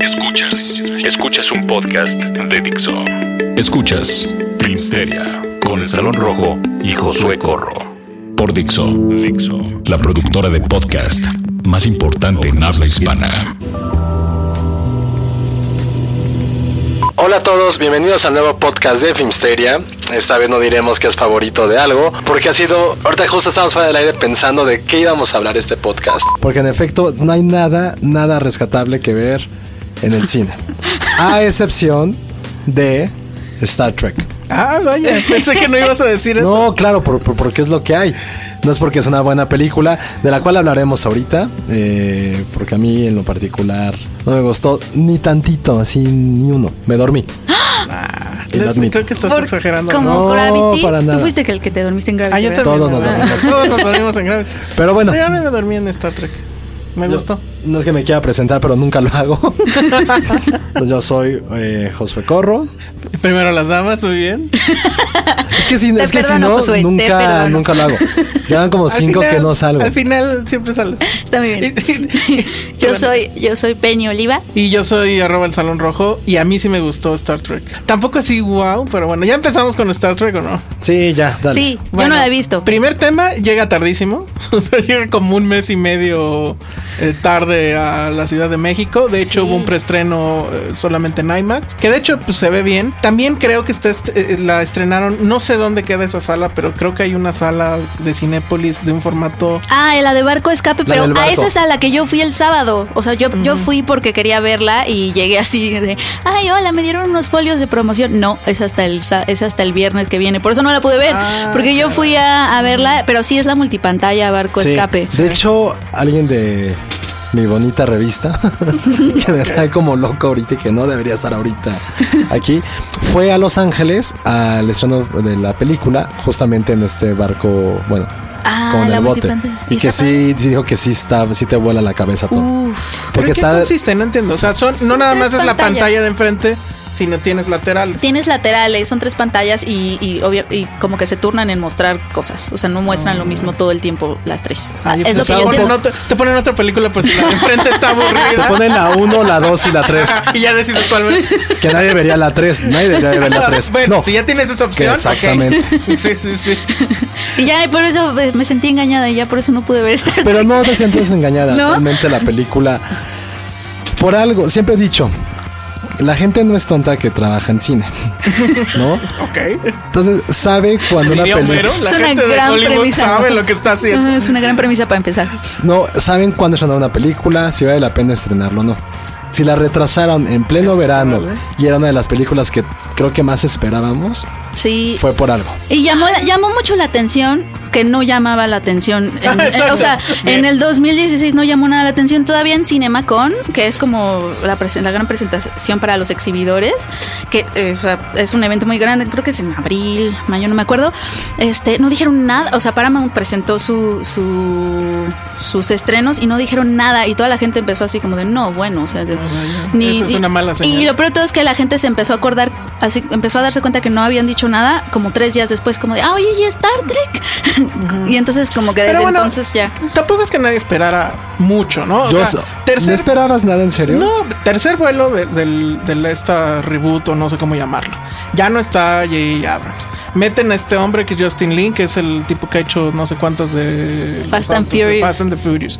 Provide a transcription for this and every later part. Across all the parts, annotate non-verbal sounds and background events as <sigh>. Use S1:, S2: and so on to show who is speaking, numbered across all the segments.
S1: Escuchas, escuchas un podcast de Dixo. Escuchas Filmsteria con el Salón Rojo y Josué Corro. Por Dixo, Dixo, la productora de podcast más importante en habla hispana.
S2: Hola a todos, bienvenidos al nuevo podcast de Filmsteria. Esta vez no diremos que es favorito de algo, porque ha sido. Ahorita justo estamos fuera del aire pensando de qué íbamos a hablar este podcast. Porque en efecto, no hay nada, nada rescatable que ver en el cine. A excepción de Star Trek.
S3: Ah, vaya, pensé que no ibas a decir eso.
S2: No, claro, por- por- porque es lo que hay. No es porque es una buena película, de la cual hablaremos ahorita, eh, porque a mí en lo particular no me gustó ni tantito, así ni uno. Me dormí. Y lo
S3: ¡Ah! Les-
S2: admito.
S3: creo que estás
S4: Por-
S3: exagerando.
S4: Como
S2: No,
S4: Gravity.
S2: para nada.
S4: Tú fuiste el que te dormiste en Gravity.
S3: Ah, yo
S4: ¿verdad?
S3: también.
S2: Todos nos
S3: ¿verdad?
S2: dormimos.
S3: Todos nos dormimos en Gravity.
S2: Pero bueno.
S3: Pero yo no me dormí en Star Trek. Me gustó. <laughs>
S2: No es que me quiera presentar, pero nunca lo hago. Pues yo soy eh, Josué Corro.
S3: Primero las damas, muy bien.
S2: Es que si,
S4: Te
S2: es que si
S4: perdono,
S2: no,
S4: Josué, te
S2: nunca,
S4: perdono.
S2: nunca lo hago. Llevan como
S3: Al
S2: cinco
S3: final-
S2: que no salgo.
S3: Al final siempre sales.
S4: Está muy bien. <laughs> yo soy, yo soy Penny Oliva.
S3: Y yo soy arroba el salón rojo y a mí sí me gustó Star Trek. Tampoco así wow, pero bueno, ya empezamos con Star Trek o no.
S2: Sí, ya, dale.
S4: Sí, yo
S3: Bueno,
S4: no la he visto.
S3: Primer tema, llega tardísimo. <laughs> O sea, llega como un mes y medio eh, tarde a la Ciudad de México. De hecho,
S4: Sí.
S3: hubo un preestreno eh, solamente en IMAX, que de hecho pues, se ve bien. También creo que está est- eh, la estrenaron, no sé dónde queda esa sala, pero creo que hay una sala de Cinépolis de un formato.
S4: Ah, la de Barco Escape,
S2: La
S4: pero
S2: del barco.
S4: a esa es a la que yo fui el sábado. O sea, yo, yo fui porque quería verla y llegué así de, ay, hola, me dieron unos folios de promoción. No, es hasta el, sa- es hasta el viernes que viene. Por eso no la pude ver,
S3: Ah,
S4: porque yo fui a, a verla, pero sí es la multipantalla Barco
S2: Sí.
S4: Escape.
S2: De hecho, alguien de mi bonita revista, <laughs> que me trae como loco ahorita y que no debería estar
S4: <laughs>
S2: ahorita aquí, fue a Los Ángeles al estreno de la película, justamente en este barco, bueno,
S4: Ah,
S2: con
S4: la
S2: el bote.
S4: multipantalla.
S2: Y que
S4: Está Oh,
S2: sí, sí dijo que sí está, sí te vuela la cabeza todo.
S4: Uf.
S3: ¿Pero
S2: Porque
S3: qué
S2: está.
S3: consiste? No entiendo. O sea, son, no
S4: Son
S3: nada
S4: tres
S3: más es la
S4: pantallas.
S3: pantalla de enfrente, sino tienes laterales.
S4: Tienes laterales, son tres pantallas y, y, obvio- y como que se turnan en mostrar cosas. O sea, no muestran lo mismo todo el tiempo las tres.
S3: Ah, yo
S4: es lo que
S3: pensaba,
S4: yo
S3: ponen
S4: entiendo.
S3: otra- te ponen otra película, pues si la de enfrente está
S2: <laughs> Te
S3: aburrida.
S2: ponen la 1, la 2 y la
S4: <laughs>
S2: 3.
S3: y ya decides cuál ver.
S2: Que nadie vería la 3. Nadie debería ver la 3.
S3: <laughs> Bueno,
S2: no,
S3: si ya tienes esa opción. ok.
S2: exactamente.
S3: <laughs> Sí, sí, sí.
S4: Y ya y por eso eh, me sentí engañada y ya por eso no pude ver esta.
S2: Pero no te sientes engañada.
S4: ¿No?
S2: Realmente la película. Por algo, siempre he dicho. La gente no es tonta que trabaja en cine. ¿No?
S3: Ok.
S2: Entonces sabe cuando una
S3: Diría
S2: película.
S3: Homero, la
S4: Es una
S3: gente de
S4: gran
S3: Hollywood
S4: premisa.
S3: sabe lo que está haciendo.
S4: Ah, Es una gran premisa para empezar.
S2: No, saben cuándo estrenar una película, si vale la pena estrenarlo o no. Si la retrasaron en pleno verano y era una de las películas que creo que más esperábamos,
S4: Sí.
S2: fue por algo.
S4: Y llamó, la- llamó mucho la atención que no llamaba
S3: <laughs>
S4: la atención. En- en-
S3: Exacto.
S4: o sea,
S3: Bien.
S4: en el 2016 no llamó nada la atención. Todavía en CinemaCon, que es como la, presen- la gran presentación para los exhibidores, que eh, o sea, es un evento muy grande, creo que es en abril, mayo, no me acuerdo. Este, no dijeron nada. O sea, Paramount presentó su, su- sus estrenos y no dijeron nada. Y toda la gente empezó así como de, no, bueno, o sea, de-
S3: Ah, Eso es una mala señal.
S4: y lo peor de todo es que la gente se empezó a acordar, así empezó a darse cuenta que no habían dicho nada, como tres días después, como de, ah, oye, ¿y Star Trek? <laughs> Y entonces como que
S3: Pero
S4: desde
S3: bueno,
S4: entonces ya.
S3: Tampoco es que nadie esperara mucho, ¿no? O
S2: Yo
S3: sea,
S2: so- ¿No
S3: tercer,
S2: esperabas nada en serio?
S3: no, tercer vuelo de, del- de esta reboot o no sé cómo llamarlo. Ya no está J.J. Abrams. Meten a este hombre que es Justin Lin, que es el tipo que ha hecho no sé cuántas de
S4: Fast and Furious.
S3: Fast and the Furious.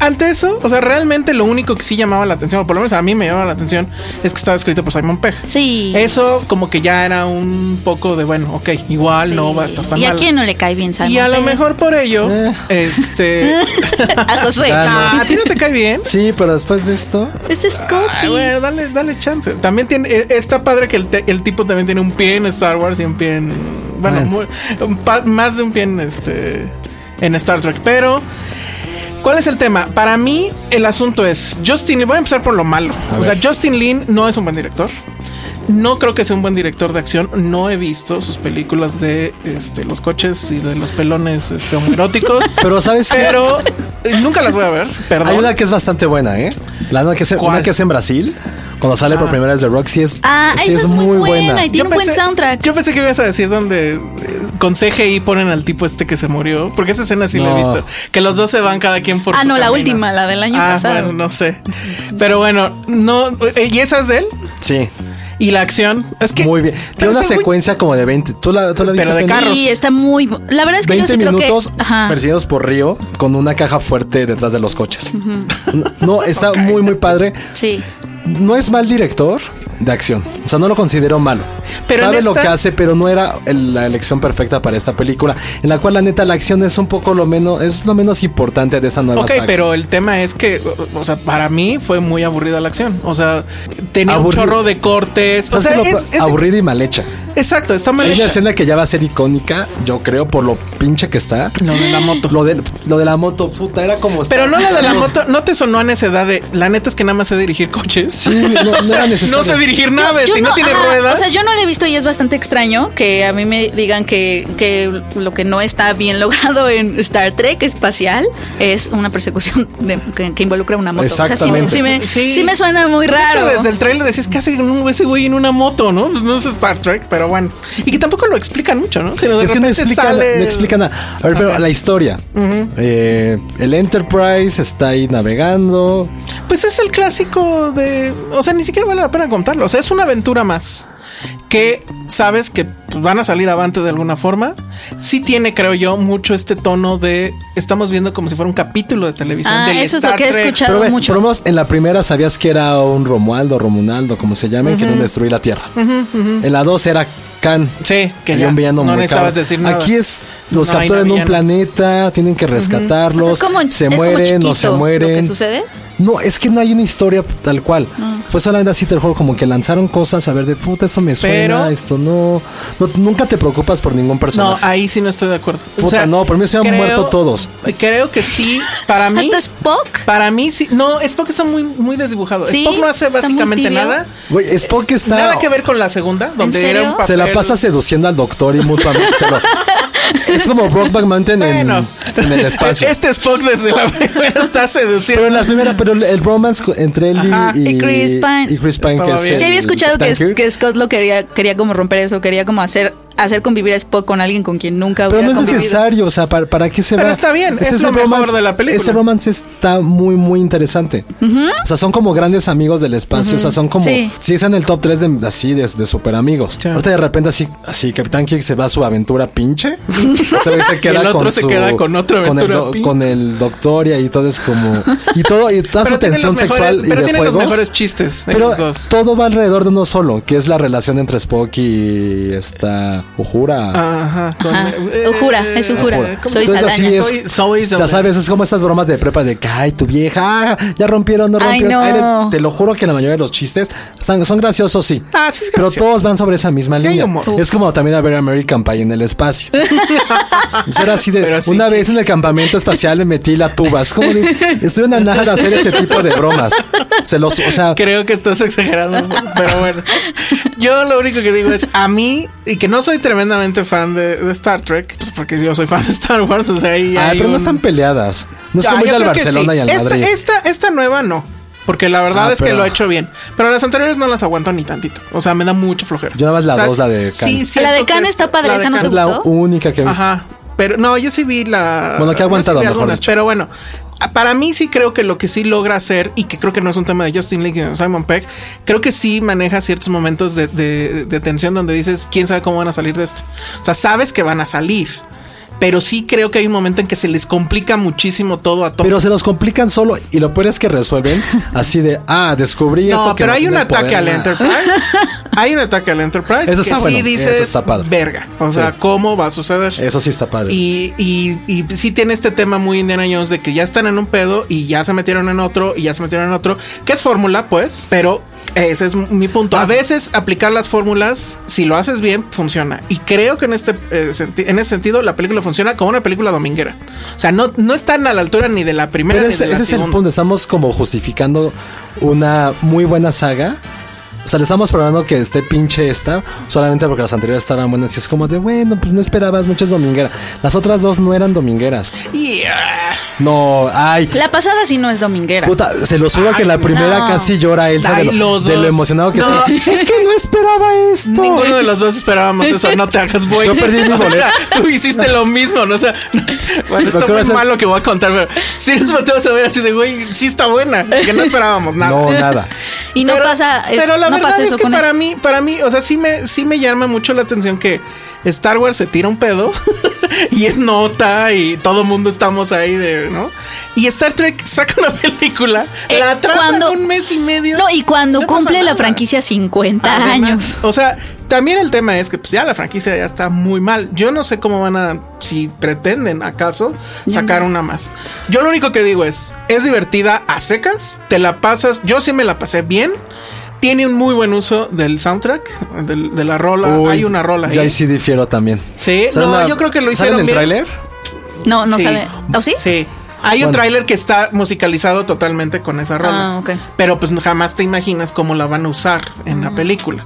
S3: Ante eso, o sea, realmente lo único que sí llamaba la atención, o por lo menos a mí me llamaba la atención, es que estaba escrito por Simon Pegg.
S4: Sí.
S3: Eso como que ya era un poco de bueno, ok, igual no va a estar tan
S4: ¿Y a
S3: mal.
S4: quién no le cae bien Simon
S3: Y a lo
S4: Pegg?
S3: mejor por ello, este.
S4: <laughs> a Josué.
S2: Ah,
S3: ¿A ti no te cae bien?
S2: Sí, pero después de esto.
S4: Este es
S3: Ay,
S4: Scotty.
S3: Ah, bueno, dale, dale chance. También tiene, eh, está padre que el, te- el tipo también tiene un pie en Star Wars y un pie en. Bueno,
S2: Bueno.
S3: muy- un pa- más de un pie en este. En Star Trek. Pero. ¿Cuál es el tema? Para mí, el asunto es. Justin Lin. Voy a empezar por lo malo.
S2: A
S3: o sea,
S2: ver.
S3: Justin Lin no es un buen director. No creo que sea un buen director de acción. No he visto sus películas de este, los coches y de los pelones este, homoeróticos.
S2: <laughs> Pero sabes qué?
S3: pero eh, nunca las voy a ver. Perdón.
S2: Hay una que es bastante buena, ¿eh? La una que es,
S3: ¿Cuál?
S2: una que es en Brasil, cuando sale por primera vez de Roxy, es,
S4: Ah,
S2: sí
S4: esa es muy buena. Y tiene
S3: Yo
S4: un buen soundtrack.
S3: Yo pensé que ibas a decir donde eh, con CGI ponen al tipo este que se murió, porque esa escena sí la he
S2: No.
S3: visto. Que los dos se van cada quien por
S4: Ah,
S3: su
S4: no, la
S3: camino.
S4: última, la del año
S3: Ah,
S4: pasado.
S3: bueno, no sé. Pero bueno, no. eh, ¿Y esa es de él?
S2: Sí,
S3: ¿Y la acción? Es que.
S2: muy bien.
S3: pero
S2: Tiene una
S3: ese güey-
S2: secuencia como de 20. ¿Tú la, tú la viste?
S3: Pero de
S2: Penny?
S3: carros.
S4: Sí, está muy. bu- La verdad es que yo
S2: 20
S4: sí creo que.
S2: minutos
S4: Ajá.
S2: perseguidos por Río con una caja fuerte detrás de los coches. No, está muy, muy padre.
S4: Sí.
S2: No es mal director de acción. O sea, no lo considero malo.
S3: Pero en
S2: Sabe lo
S3: esta-
S2: que hace, pero no era el- la elección perfecta para esta película. En la cual la neta la acción es un poco lo menos, es lo menos importante de esa nueva
S3: Ok,
S2: saga.
S3: pero el tema es que, o- o sea, para mí fue muy aburrida la acción. O sea, tenía
S2: Aburrido.
S3: un chorro de cortes. O
S2: ¿Sabes
S3: sea,
S2: qué es lo
S3: es,
S2: pro-
S3: es-
S2: aburrida y mal hecha.
S3: Exacto, está mal
S2: Es
S3: hecha.
S2: una escena que ya va a ser icónica, yo creo, por lo pinche que está.
S3: Lo de la moto.
S2: Lo de, lo de la moto, puta, era como.
S3: Pero no la de la moto, no te sonó a necedad de la neta es que nada más sé dirigir coches.
S2: Sí, no, no era necesario.
S3: <laughs> No sé dirigir
S4: Yo-
S3: naves,
S4: yo
S3: si no, tiene
S4: ajá,
S3: ruedas.
S4: O sea, yo no lo he visto y es bastante extraño que a mí me digan que, que lo que no está bien <laughs> logrado en Star Trek espacial es una persecución de- que, que involucra una moto. O sea, sí me- sí, me,
S2: Exactamente.
S4: sí. me suena muy
S3: De hecho,
S4: raro.
S3: desde el trailer decís que hace un- ese güey en una moto, ¿no? Pues no es Star Trek, pero bueno. Y que tampoco lo explican mucho, ¿no? Sino de
S2: Es que no
S3: repente
S2: explica,
S3: sale-
S2: no explica nada. A ver, pero la historia. Eh, el Enterprise está ahí navegando.
S3: Pues es el clásico de. O sea, ni siquiera vale la pena contarlo. O sea, es una aventura más que sabes que pues, van a salir avante de alguna forma. Sí tiene, creo yo, mucho este tono de estamos viendo como si fuera un capítulo de televisión.
S4: Ah,
S3: del
S4: eso es lo
S3: Star
S4: que he
S3: Trek.
S4: escuchado
S2: Pero ve,
S4: mucho.
S2: por lo menos en la primera sabías que era un Romualdo, Romunaldo, como se llamen, que no destruir la Tierra. En la 2 era Khan.
S3: Sí, que
S2: Había
S3: ya,
S2: un villano
S3: no
S2: muy
S3: necesitabas
S2: cabrón.
S3: decir nada.
S2: Aquí es, los
S3: No hay
S2: capturan en un
S3: villano.
S2: planeta, tienen que rescatarlos,
S4: O sea, Pues es como-
S2: se
S4: es como
S2: mueren,
S4: chiquito
S2: no se
S4: lo que
S2: mueren.
S4: sucede. Ah.
S2: No, es que no hay una historia tal cual. Fue solamente así el juego, como que lanzaron cosas a ver de puta, esto me suena,
S3: Pero-
S2: esto no, no- Nunca te preocupas por ningún
S3: No, ah,
S2: personaje.
S3: ahí sí no estoy de acuerdo.
S2: Puta, no, por mí se han muerto todos.
S3: Creo que sí, para mí.
S4: Hasta Spock.
S3: Para mí sí. No, Spock está muy, muy desdibujado.
S4: Sí,
S3: Spock no hace
S4: está muy
S3: básicamente
S4: tibio.
S3: nada.
S2: Güey, Spock está.
S3: Nada que ver con la segunda, donde
S4: serio?
S3: era un papel.
S2: Se la pasa seduciendo al doctor y mutuamente.
S4: <laughs>
S2: pero es como Brockback Mountain en-
S3: Bueno.
S2: en, el espacio.
S3: Este Spock desde la primera está
S2: Pero
S3: seduciendo.
S2: en las primeras, pero el romance co- entre él y,
S3: Ajá.
S4: Y Chris Pine.
S2: y Chris Pine, que
S3: Estaba
S2: es
S3: bien.
S4: Sí, había
S2: el
S4: escuchado que,
S2: tanker.
S4: que Scott lo quería, quería como romper eso, quería como hacer, hacer convivir a Spock con alguien con quien nunca
S2: Pero
S4: hubiera
S2: no es
S4: convivido.
S2: necesario, o sea, ¿para, para qué se
S3: Pero
S2: va?
S3: está bien, es lo mejor de la película.
S2: Ese romance está muy, muy interesante. O sea, son como grandes amigos del espacio, o sea, son como...
S4: Sí.
S2: Sí, están en el top 3 de, así, de, de super amigos.
S3: Claro.
S2: Ahorita de repente así, así Capitán Kirk se va a su aventura
S3: <laughs>
S2: pinche. Este güey se
S3: Y el otro se queda con otra
S2: el,
S3: aventura
S2: do-
S3: pinche.
S2: con el doctor y ahí todo es como... Y todo, y toda su
S3: Pero tienen los
S2: tensión
S3: mejores-
S2: sexual y
S3: Pero
S2: de
S3: tienen
S2: juegos.
S3: los mejores chistes.
S2: Pero
S3: ellos dos.
S2: todo va alrededor de uno solo, que es la relación entre Spock y esta Uhura.
S3: Ah, Ajá. con-
S4: Ajá.
S3: eh,
S4: Ujura, es Ujura.
S2: Ujura.
S4: Soy
S2: Entonces
S4: Saldaña.
S2: así es.
S3: Soy- soy
S2: ya
S3: Saldaña.
S2: sabes, es como estas bromas de prepa de que, ay, tu vieja, ah, ya rompieron, no
S4: Ay,
S2: rompieron.
S4: no.
S2: Ay, les- te lo juro que la mayoría de los chistes están- son graciosos, sí.
S3: Ah, sí es
S2: pero
S3: gracioso.
S2: todos van sobre esa misma
S3: Sí hay
S2: línea.
S3: humor.
S2: Es como también a ver American Pie en el
S3: <laughs>
S2: espacio. Eso era así de,
S3: Pero sí,
S2: una vez en el campamento espacial me metí la tuba. Es como de, estoy una nada de hacer ese tipo de bromas. Se los, o sea,
S3: Creo que estás exagerando, pero bueno. Yo lo único que digo es, a mí, y que no soy tremendamente fan de, de Star Trek, pues porque yo soy fan de Star Wars, o sea,
S2: ay,
S3: ahí hay
S2: Ah, pero no
S3: un-
S2: están peleadas. No es
S3: Ah,
S2: como ir
S3: yo
S2: al
S3: creo que
S2: Barcelona
S3: sí.
S2: y al
S3: esta,
S2: Madrid.
S3: Esta, esta nueva no, porque la verdad
S2: Ah,
S3: es que
S2: pero-
S3: lo ha hecho bien. Pero las anteriores no las aguanto ni tantito, o sea, me da mucho flojera.
S2: Yo nada más la
S3: O sea,
S2: dos, la de Khan.
S3: siento
S4: La de Khan
S3: que-
S4: está padre,
S3: la de
S4: esa no te
S3: Khan-
S2: es la
S4: gustó?
S2: única que he visto.
S3: Ajá. Pero no, yo sí vi la.
S2: Bueno, que ha
S3: no,
S2: aguantado,
S3: sí vi
S2: mejor
S3: algunas,
S2: dicho.
S3: Pero bueno, a- para mí sí creo que lo que sí logra hacer, y que creo que no es un tema de Justin Lin o Simon Peck, creo que sí maneja ciertos momentos de, de- de tensión donde dices, quién sabe cómo van a salir de esto. O sea, sabes que van a salir. Pero sí creo que hay un momento en que se les complica muchísimo todo a todos.
S2: Pero se los complican solo y lo peor es que
S3: <laughs>
S2: resuelven así de, ah, descubrí esto.
S3: No,
S2: que
S3: pero
S2: nos
S3: hay un
S2: une
S3: ataque
S2: poder".
S3: al
S2: Ah, <laughs>
S3: Enterprise. hay un ataque al Enterprise
S2: Eso
S3: que
S2: está
S3: sí
S2: bueno,
S3: dices
S2: eso está padre.
S3: verga. O sea,
S2: Sí.
S3: ¿cómo va a suceder?
S2: Eso sí está padre.
S3: Y, y, y sí tiene este tema muy Indiana Jones de que ya están en un pedo y ya se metieron en otro y ya se metieron en otro, que es fórmula, pues, pero ese es mi punto. A veces aplicar las fórmulas, si lo haces bien, funciona. Y creo que en este eh, senti- en ese sentido la película funciona como una película dominguera. O sea, no, no están a la altura ni de la primera
S2: Pero
S3: ni
S2: ese,
S3: de la
S2: ese es el
S3: segunda.
S2: punto. Estamos como justificando una muy buena saga. O sea, le estamos probando que esté pinche esta solamente porque las anteriores estaban buenas. Y es como de, bueno, pues no esperabas muchas domingueras. Las otras dos no eran domingueras.
S3: Yeah.
S2: No, ay.
S4: La pasada sí no es dominguera.
S2: Puta, se lo juro que la primera
S4: no.
S2: casi llora Elsa
S3: Ay,
S2: de, lo,
S3: los
S2: de lo
S3: dos.
S2: emocionado que
S3: No.
S2: está. Es que no esperaba esto.
S3: Ninguno de los dos esperábamos eso, no te hagas güey.
S2: Yo perdí mi
S3: <laughs> O sea,
S2: boleto.
S3: tú hiciste lo mismo, ¿no? O sea, bueno,
S2: Lo
S3: está
S2: que voy a
S3: muy
S2: hacer-
S3: mal lo que voy a contar, pero si nos volteamos a ver así de güey, sí está buena, que no esperábamos nada.
S2: No, nada.
S4: y no
S3: Pero-
S4: pasa, es-
S3: pero la
S4: no
S3: verdad
S4: pasa eso
S3: es que
S4: con
S3: para
S4: esto.
S3: mí, para mí, o sea, sí me, sí me llama mucho la atención que Star Wars se tira un pedo <laughs> y es nota y todo el mundo estamos ahí de, ¿no? Y Star Trek saca una <laughs> película,
S4: Eh,
S3: la atrasan
S4: cuando-
S3: un mes y medio.
S4: No, y cuando
S3: no pasa
S4: cumple la
S3: nada.
S4: franquicia 50
S3: Además,
S4: años.
S3: O sea, también el tema es que pues ya la franquicia ya está muy mal. Yo no sé cómo van a, si pretenden acaso, sacar una más. Yo lo único que digo es, es divertida a secas, te la pasas, yo sí me la pasé bien. Tiene un muy buen uso del soundtrack, del- de la rola.
S2: Uy,
S3: Hay una rola ahí.
S2: Yo ahí sí difiero también.
S3: Sí,
S2: ¿Saben
S3: no,
S2: la-
S3: yo creo que lo
S2: ¿saben
S3: hicieron bien.
S2: el tráiler?
S4: No, no
S3: oh, Sí.
S4: sabe. ¿O sí?
S3: Sí. Hay un
S2: Bueno.
S3: tráiler que está musicalizado totalmente con esa rola.
S4: Ah, ok.
S3: Pero pues jamás te imaginas cómo la van a usar en la película.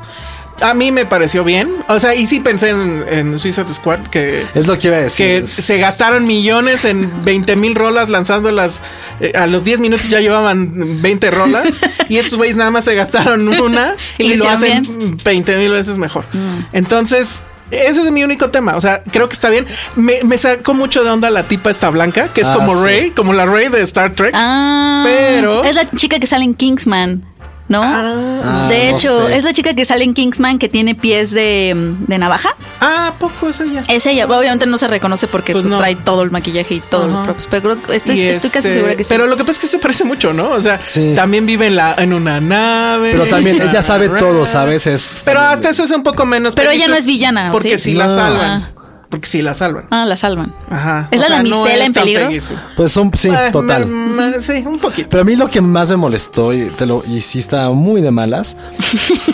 S3: A mí me pareció bien. O sea, y sí pensé en, en Suicide Squad que,
S2: Es lo que iba a decir.
S3: que
S2: Es-
S3: se gastaron millones en 20 mil rolas lanzándolas. eh, a los 10 minutos ya llevaban 20
S4: <laughs>
S3: rolas. y estos güeyes nada más se gastaron una
S4: Y
S3: y,
S4: lo Mm.
S3: lo
S4: hicieron
S3: hacen 20 mil veces mejor. Entonces, ese es mi único tema. O sea, creo que está bien. Me, me sacó mucho de onda la tipa esta blanca, que es
S2: Ah,
S3: como
S2: sí.
S3: Rey, como la Rey de Star Trek.
S4: Ah,
S3: Pero- Ah,
S4: Es la chica que sale en Kingsman, ¿no? de
S2: Ah, no
S4: hecho,
S2: sé.
S4: es la chica que sale en Kingsman que tiene pies de, de navaja.
S3: Ah, ¿a poco es ella.
S4: Es ella. Obviamente no se reconoce porque
S3: Pues
S4: pues,
S3: no.
S4: trae todo el maquillaje y todos los propios. Pero creo que estoy,
S3: Y
S4: estoy casi
S3: este,
S4: segura que sí.
S3: Pero lo que pasa es que se parece mucho, ¿no? O sea,
S2: Sí.
S3: también vive en, la, en una nave.
S2: Pero también ella sabe
S3: Ra-
S2: todo, ¿sabes? Es
S3: Pero hasta eso es un poco menos.
S4: Pero ella
S3: eso-
S4: no es villana, ¿o
S3: Porque
S4: sí?
S3: sí, la
S4: No.
S3: salvan. Porque sí la salvan.
S4: Ah, la salvan.
S3: Ajá.
S4: ¿Es
S3: O
S4: la
S3: sea, no
S4: damisela
S3: es
S4: en
S3: tan
S4: peligro?
S3: Peggy Sue.
S2: Pues un, sí,
S3: Ah,
S2: total.
S3: me- me- sí, un poquito.
S2: Pero a mí lo que más me molestó y te lo y sí está muy de
S3: <laughs>
S2: malas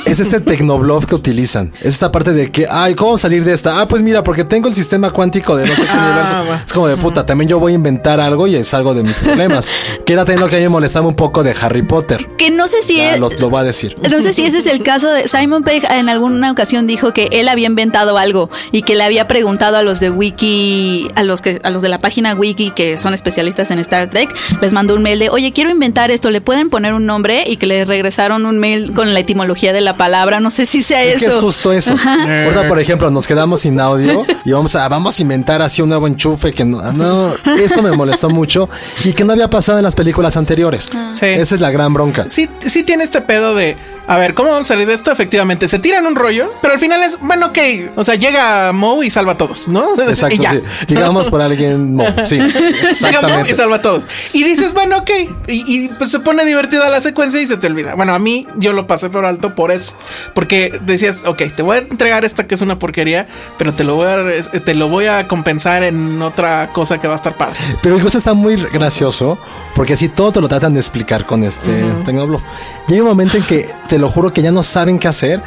S2: es este tecnoblog que utilizan. Es esta parte de que, ay, ¿cómo salir de esta? Ah, pues mira, porque tengo el sistema cuántico de no sé
S3: <laughs>
S2: qué universo.
S3: va.
S2: Es como de puta, también yo voy a inventar algo y salgo de mis
S3: <laughs>
S2: problemas. que era también lo que a mí me molestaba un poco de Harry Potter.
S4: Que no sé si
S2: Ya
S4: es.
S2: los, lo va a decir.
S4: No sé si ese es el caso de Simon Pegg. En alguna ocasión dijo que él había inventado algo y que le había preguntado a los de Wiki, a los que, a los de la página Wiki que son especialistas en Star Trek, les mandó un mail de, oye, quiero inventar esto, le pueden poner un nombre y que le regresaron un mail con la etimología de la palabra. No sé si sea
S2: Es
S4: eso.
S2: que es justo eso. Ahorita, por ejemplo, nos quedamos sin audio y vamos a, vamos a inventar así un nuevo enchufe que no, no, eso me molestó mucho y que no había pasado en las películas anteriores.
S3: Sí.
S2: Esa es la gran bronca.
S3: Ah. Sí, sí tiene este pedo de. A ver, ¿cómo vamos a salir de esto? Efectivamente, se tiran un rollo, pero al final es, bueno, ok. O sea, llega Moe y salva a todos, ¿no? <laughs>
S2: Exacto,
S3: y ya.
S2: sí. Digamos por alguien. no, sí,
S3: <laughs> Llega Moe y
S2: exactamente.
S3: salva a todos. Y dices, bueno, ok. Y, y, pues se pone divertida la secuencia y se te olvida. Bueno, a mí yo lo pasé por alto por eso. Porque decías, ok, te voy a entregar esta que es una porquería, pero te lo voy a, res- te lo voy a compensar en otra cosa que va a estar padre.
S2: Pero incluso está muy gracioso porque así todo te lo tratan de explicar con este Tecnobluff. Y hay un momento en que te lo juro que ya no saben qué hacer.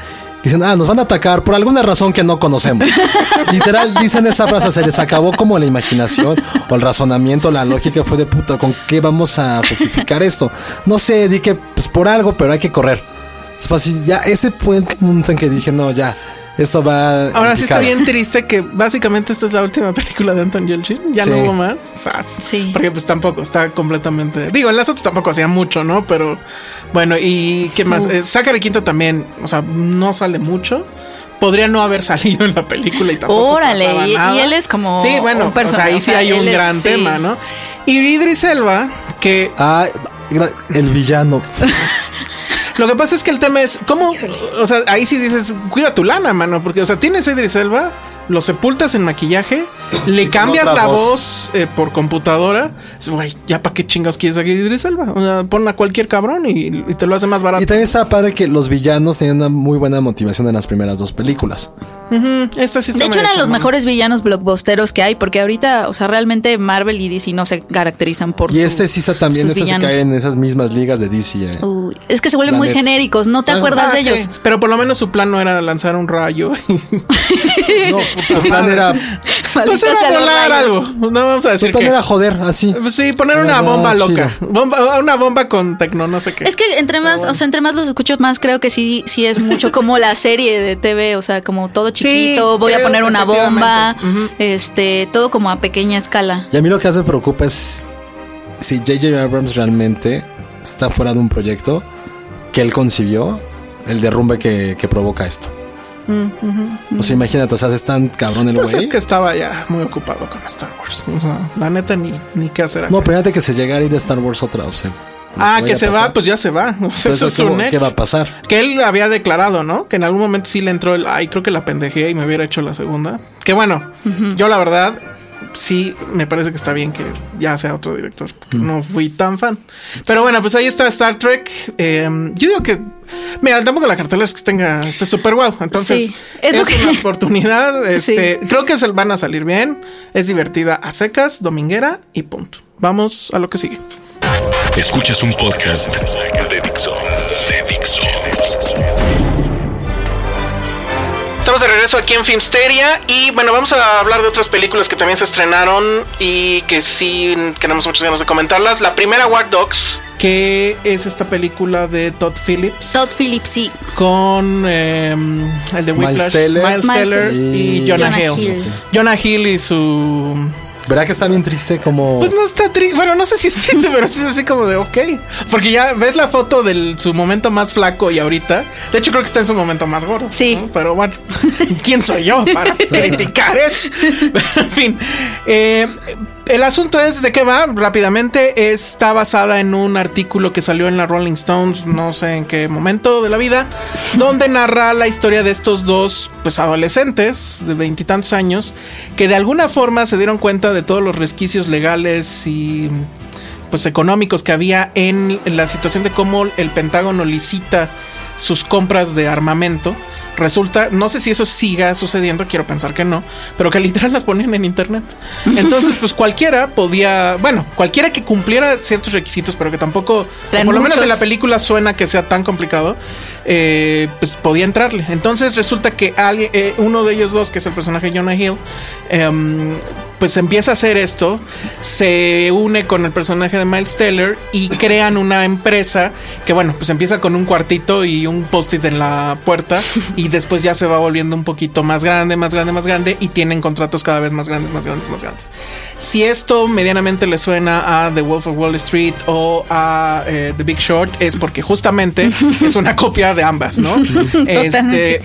S2: Dicen, ah, nos van a atacar por alguna razón que no
S3: <laughs>
S2: conocemos. Literal, dicen esa frase, se les acabó como la imaginación o el razonamiento, la lógica fue de puta, ¿con qué vamos a justificar esto? No sé, di que pues, por algo, pero hay que correr. Es fácil, ya ese fue el punto en que dije, no, ya, esto va.
S3: Ahora sí está
S2: indicado".
S3: bien triste que básicamente esta es la última película de Anton Yelchin. Ya no
S2: Sí.
S3: hubo más. Sas.
S4: Sí.
S3: Porque pues tampoco está completamente. Digo, en las otras tampoco hacía mucho, ¿no? Pero bueno, y qué más. Eh, Zachary Quinto también, o sea, no sale mucho. podría no haber <laughs> salido en la película y tampoco.
S4: Órale,
S3: pasaba
S4: y- y
S3: nada.
S4: él es como
S3: Sí, bueno,
S4: un
S3: o sea,
S4: personaje,
S3: ahí
S4: o
S3: sí
S4: sea,
S3: hay un
S4: él es-
S3: gran
S4: sí.
S3: tema, ¿no? Y Idris Elba, que
S2: Ah, gra- el villano.
S3: Lo que pasa es que el tema es cómo, o sea, ahí sí dices, cuida tu lana, mano, porque, o sea, tienes a Idris Elba, lo sepultas en maquillaje, le cambias
S2: otra
S3: la
S2: voz.
S3: voz, eh, por computadora, dices, güey, ya para qué chingados quieres a Idris Elba, o sea, pon a cualquier cabrón y, y te lo hace más
S2: Y
S3: barato.
S2: también está padre que los villanos tenían una muy buena motivación en las primeras dos películas.
S3: Esta Este sí está
S4: De
S3: medio
S4: hecho, uno de los
S3: chamba.
S4: mejores villanos blockbusteros que hay, porque ahorita, o sea, realmente Marvel y DC no se caracterizan por
S2: Y
S4: su-
S2: este sí está también,
S4: sus
S2: este se
S4: villanos.
S2: cae en esas mismas ligas de DC. eh.
S4: Uy, es que se vuelven
S2: La
S4: muy
S2: neta.
S4: genéricos, no te acuerdas
S3: Ah,
S4: de
S3: sí,
S4: ellos.
S3: Pero por lo menos su plan no era lanzar un rayo.
S4: <laughs>
S2: No, su plan era,
S3: pues
S4: Maldita
S3: era
S4: sea los
S3: volar
S4: rayos.
S3: algo. No vamos a
S2: su
S3: decir
S2: plan
S3: que.
S2: era joder, así.
S3: Pues Sí, poner una
S2: Ah,
S3: bomba
S2: chido.
S3: loca. Bomba, una bomba con tecno, no sé qué.
S4: Es que entre más, o sea, entre más los escucho, más creo que sí, sí es mucho como la serie de TV, o sea, como todo chiquito, voy a
S3: creo,
S4: poner una bomba,
S3: efectivamente.
S4: este, todo como a pequeña escala.
S2: Y a mí lo que más me preocupa es si J.J. Abrams realmente está fuera de un proyecto que él concibió, el derrumbe que, que provoca esto. O sea, imagínate, o sea, es tan cabrón el güey.
S3: Mm, Pues es que estaba ya muy ocupado con Star Wars. O sea, la neta ni, ni qué hacer. acá.
S2: No, pero fíjate que se llegara a ir a Star Wars otra, o sea.
S3: ah, que
S2: vaya a
S3: se
S2: pasar.
S3: va, pues ya se va. <laughs> O sea,
S2: Entonces,
S3: eso es
S2: ¿cómo-
S3: un
S2: ¿Qué
S3: hecho.
S2: va a pasar?
S3: Que él había declarado, ¿no? Que en algún momento sí le entró el, ay, creo que la pendejé y me hubiera hecho la segunda. Que bueno, yo la verdad sí me parece que está bien que ya sea otro director. porque No fui tan fan. Pero bueno, pues ahí está Star Trek. Eh, yo digo que, mira, tampoco la cartelera es que tenga este super guau. Entonces,
S4: Sí,
S3: es,
S4: es lo <laughs> que-
S3: una oportunidad.
S4: Sí.
S3: Este, Creo que se van a salir bien. Es divertida a secas, dominguera y punto. Vamos a lo que sigue.
S1: Escuchas un podcast de Dixo. De Dixo.
S3: Estamos de regreso aquí en Filmsteria y bueno, vamos a hablar de otras películas que también se estrenaron y que sí tenemos muchas ganas de comentarlas. La primera War Dogs, que es esta película de Todd Phillips
S4: Todd Phillips, sí.
S3: con eh, el de
S2: Miles
S3: Whiplash,
S2: Teller.
S3: Miles Teller,
S4: Miles
S2: Teller.
S3: y,
S2: Y
S3: Jonah,
S4: Jonah
S3: Hill.
S4: Hill.
S3: Jonah Hill y su
S2: ¿Verdad que está bien triste como...
S3: Pues no está triste. Bueno, no sé si es triste, <laughs> pero sí es así como de ok. Porque ya ves la foto de su momento más flaco y ahorita. De hecho, creo que está en su momento más gordo.
S4: Sí.
S3: ¿no? Pero bueno, <laughs> ¿quién soy yo para criticar eso? <laughs> en fin. eh, el asunto es de qué va rápidamente. Está basada en un artículo que salió en la Rolling Stones, no sé en qué momento de la vida, donde narra la historia de estos dos pues adolescentes de veintitantos años que de alguna forma se dieron cuenta de todos los resquicios legales y pues económicos que había en la situación de cómo el Pentágono licita sus compras de armamento. Resulta, no sé si eso siga sucediendo, quiero pensar que no, pero que literal las ponían en internet. Entonces, pues cualquiera podía, bueno, cualquiera que cumpliera ciertos requisitos, pero que tampoco, o por
S4: Eran
S3: lo menos en la
S4: muchos.
S3: película suena que sea tan complicado, eh, pues podía entrarle. Entonces resulta que alguien, eh, uno de ellos dos, que es el personaje Jonah Hill, em, pues empieza a hacer esto, se une con el personaje de Miles Teller y crean una empresa que bueno, pues empieza con un cuartito y un post-it en la puerta y después ya se va volviendo un poquito más grande, más grande, más grande y tienen contratos cada vez más grandes, más grandes, más grandes. Si esto medianamente le suena a The Wolf of Wall Street o a eh, The Big Short es porque justamente es una copia de ambas, ¿no? este,
S4: Totalmente.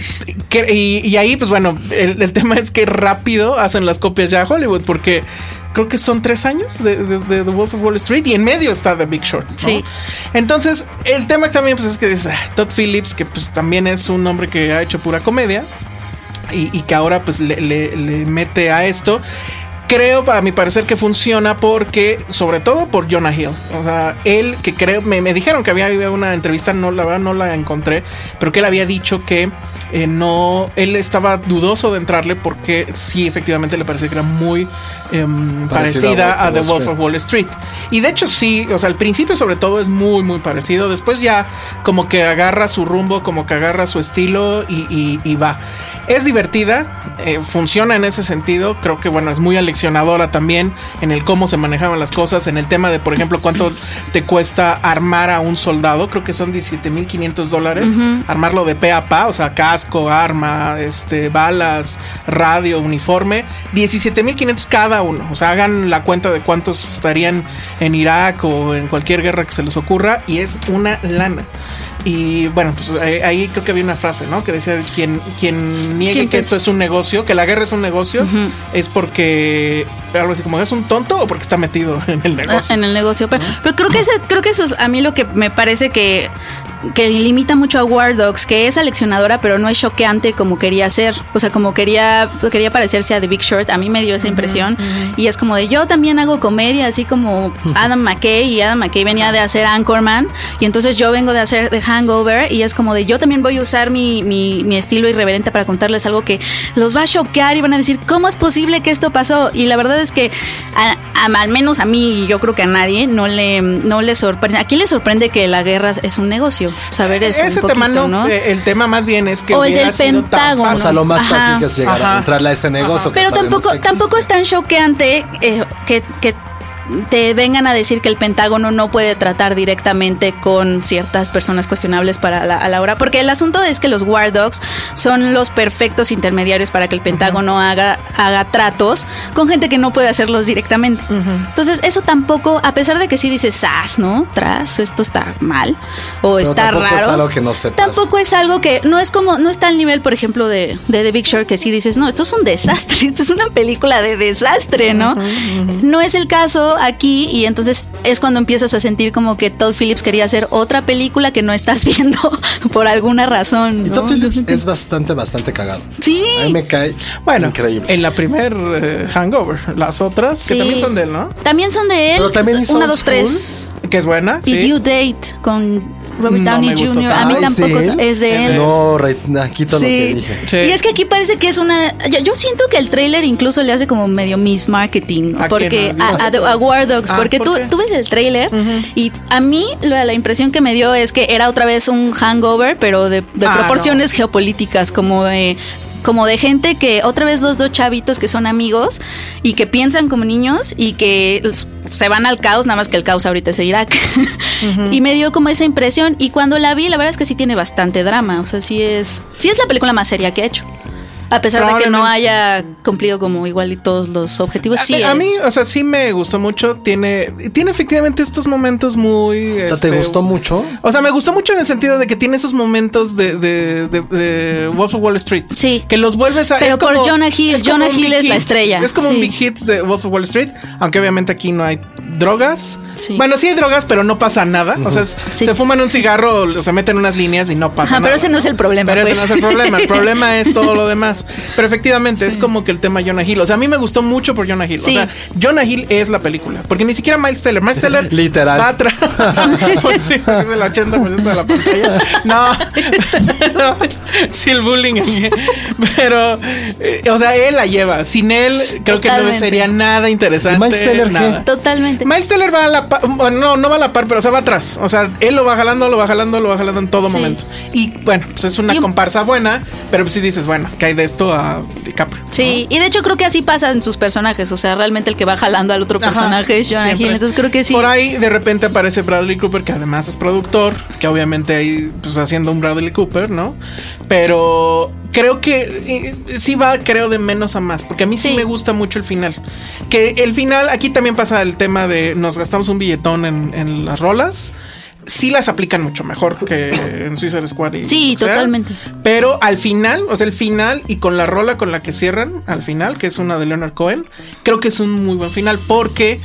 S3: que- y, y ahí pues bueno, el, el tema es que rápido hacen las copias ya a Hollywood porque... Creo que son tres años de, de- de The Wolf of Wall Street y en medio está The Big Short. ¿no?
S4: Sí.
S3: Entonces, el tema también pues, es que dices, ah, Todd Phillips, que pues también es un hombre que ha hecho pura comedia y, y que ahora pues le, le- le mete a esto. Creo, a mi parecer, que funciona porque, sobre todo por Jonah Hill. O sea, él que creo, me, me dijeron que había habido una entrevista, no la verdad no la encontré, pero que él había dicho que eh, no, él estaba dudoso de entrarle porque sí, efectivamente le parecía que era muy em,
S2: Parecida a
S3: parecida a,
S2: Wolf
S3: The
S2: of Wall
S3: Wolf of Wall Street. Y de hecho sí, o sea, al principio sobre todo es muy, muy parecido. Después ya como que agarra su rumbo, como que agarra su estilo y, y- y va. Es divertida, eh, funciona en ese sentido. Creo que, bueno, es muy aleccionadora también en el cómo se manejaban las cosas, en el tema de, por ejemplo, cuánto te cuesta armar a un soldado. Creo que son 17.500 dólares. Armarlo de pe a pa, o sea, casco, arma, este, balas, radio, uniforme. 17.500 cada uno. O sea, hagan la cuenta de cuántos estarían en Irak o en cualquier guerra que se les ocurra. Y es una lana. Y bueno, pues eh, ahí creo que había una frase, ¿no? Que decía, quien, quien niegue
S4: ¿Quién
S3: que
S4: pens-
S3: esto es un negocio, que la guerra es un negocio, es porque algo así como es un tonto o porque está metido en el
S4: Ah,
S3: negocio.
S4: en el negocio. Pero, pero creo que ese- creo que eso es a mí lo que me parece que, que limita mucho a War Dogs, que es aleccionadora, pero no es choqueante como quería ser. O sea, como quería, quería parecerse a The Big Short. A mí me dio esa impresión. Y es como de yo también hago comedia, así como Adam McKay, y Adam McKay venía de hacer Anchorman, y entonces yo vengo de hacer The Hangover, y es como de yo también voy a usar mi, mi, mi estilo irreverente para contarles algo que los va a choquear y van a decir, ¿cómo es posible que esto pasó? Y la verdad es que a- a- al menos a mí y yo creo que a nadie no le, no le sorprende. ¿A quién le sorprende que la guerra es un negocio? Saber eso.
S3: Eh, Ese
S4: un poquito,
S3: tema no,
S4: ¿no?
S3: eh, el tema más bien es que
S4: O el
S3: hubiera
S4: del
S3: sido tan
S4: Pentágono.
S2: O
S3: fácil.
S2: sea, lo más
S4: Ajá,
S2: fácil que es llegar
S3: ajá.
S2: a entrarle a este negocio. que
S4: Pero
S2: sabemos
S4: tampoco,
S2: que
S4: tampoco es
S2: existe.
S4: tan choqueante eh, que, que te vengan a decir que el Pentágono no puede tratar directamente con ciertas personas cuestionables para la, a la hora. Porque el asunto es que los War Dogs son los perfectos intermediarios para que el Pentágono haga, haga tratos con gente que no puede hacerlos directamente. Entonces, eso tampoco, a pesar de que sí dices, sas, ¿no? Tras, esto está mal o
S2: Pero
S4: está
S2: tampoco
S4: raro.
S2: es algo que no sepas.
S4: Tampoco es algo que no es como no está al nivel, por ejemplo, de, de The Big Short que sí dices, "No, esto es un desastre, <laughs> esto es una película de desastre", ¿no? No es el caso aquí y entonces es cuando empiezas a sentir como que Todd Phillips quería hacer otra película que no estás <laughs> viendo por alguna razón,
S2: Y
S4: ¿no?
S2: Todd Phillips es bastante, bastante cagado.
S4: Sí.
S2: A mí me cae
S3: Bueno,
S2: increíble.
S3: en la primer eh, Hangover, las otras
S4: Sí.
S3: que también son de él, ¿no?
S4: También son de él.
S2: Pero también hizo
S4: una,
S2: Old
S4: dos,
S2: School.
S4: tres.
S3: Que es buena.
S4: Y
S3: sí.
S4: Due Date con Robert
S3: No
S4: Downey
S3: me gustó
S4: Jr. A
S3: tanto.
S4: mí
S2: Ah, ¿es
S4: tampoco
S2: de él?
S4: es de él.
S2: No, Rey, nah, quito lo que dije.
S3: Sí.
S4: Y es que aquí parece que es una. Yo, yo siento que el tráiler incluso le hace como medio mismarketing
S3: ¿A
S4: porque
S3: quién?
S4: a, a- a War Dogs,
S3: Ah,
S4: porque
S3: ¿por
S4: tú,
S3: qué?
S4: tú ves el tráiler y a mí la, la impresión que me dio es que era otra vez un hangover, pero de, de
S3: Ah,
S4: proporciones geopolíticas, como de como de gente que otra vez los dos chavitos que son amigos y que piensan como niños y que s- se van al caos, nada más que el caos ahorita es Irak. <laughs> Y me dio como esa impresión y cuando la vi, la verdad es que sí tiene bastante drama, o sea, sí es sí es la película más seria que he hecho. A pesar de que no
S3: Probablemente.
S4: haya cumplido como igual y todos los objetivos,
S3: A-
S4: pues sí
S3: a,
S4: es.
S3: mí, o sea, sí me gustó mucho. Tiene, tiene efectivamente estos momentos muy. este,
S2: O sea, ¿te gustó mucho?
S3: O sea, me gustó mucho en el sentido de que tiene esos momentos de, de, de, de Wolf of Wall Street.
S4: Sí.
S3: Que los vuelves a.
S4: Pero
S3: es
S4: por Jonah Hill.
S3: es como
S4: Jonah
S3: un
S4: Hill
S3: Big
S4: es la
S3: Hits.
S4: estrella.
S3: Es como
S4: Sí.
S3: un Big Hits de Wolf of Wall Street. Aunque obviamente aquí no hay drogas.
S4: Sí.
S3: Bueno, sí hay drogas, pero no pasa nada. O sea, es-
S4: Sí.
S3: se fuman un cigarro, o se meten unas líneas y no pasa
S4: Ajá,
S3: nada.
S4: <laughs> pero ese no es el problema.
S3: Pero
S4: pues.
S3: ese no es el problema.
S4: <laughs>
S3: El problema es todo lo demás. Pero efectivamente, es como que el tema Jonah Hill. O sea, a mí me gustó mucho por Jonah Hill.
S4: Sí.
S3: O sea, Jonah Hill es la película. Porque ni siquiera Miles Teller. Miles
S2: <laughs>
S3: Teller.
S2: Literal.
S3: Va
S4: <laughs>
S3: atrás. Pues sí, porque es el 80% de la pantalla. No. no. Sí, el bullying. Pero, eh, o sea, él la lleva. Sin él, creo que
S4: Totalmente.
S3: no sería nada interesante.
S2: Miles Teller, ¿qué?
S3: nada.
S4: Totalmente.
S3: Miles Teller va a la par, bueno, no, no va a la par, pero se va atrás. O sea, él lo va jalando, lo va jalando, lo va jalando en todo
S4: Sí.
S3: momento. Y bueno, pues es una
S4: Y un-
S3: comparsa buena, pero pues sí dices, bueno, que hay de esto a DiCaprio.
S4: Sí, y de hecho creo que así pasa en sus personajes, o sea, realmente el que va jalando al otro
S3: Ajá,
S4: personaje es Jonah
S3: siempre.
S4: Hill, entonces creo que sí.
S3: Por ahí de repente aparece Bradley Cooper, que además es productor, que obviamente ahí pues haciendo un Bradley Cooper, ¿no? Pero creo que eh, sí va, creo, de menos a más, porque a mí sí,
S4: Sí.
S3: me gusta mucho el final. Que el final, aquí también pasa el tema de nos gastamos un billetón en, en las rolas. Sí las aplican mucho mejor que en Suicide Squad. y
S4: Sí,
S3: lo que sea.
S4: totalmente.
S3: Pero al final, o sea, el final y con la rola con la que cierran, al final, que es una de Leonard Cohen, creo que es un muy buen final porque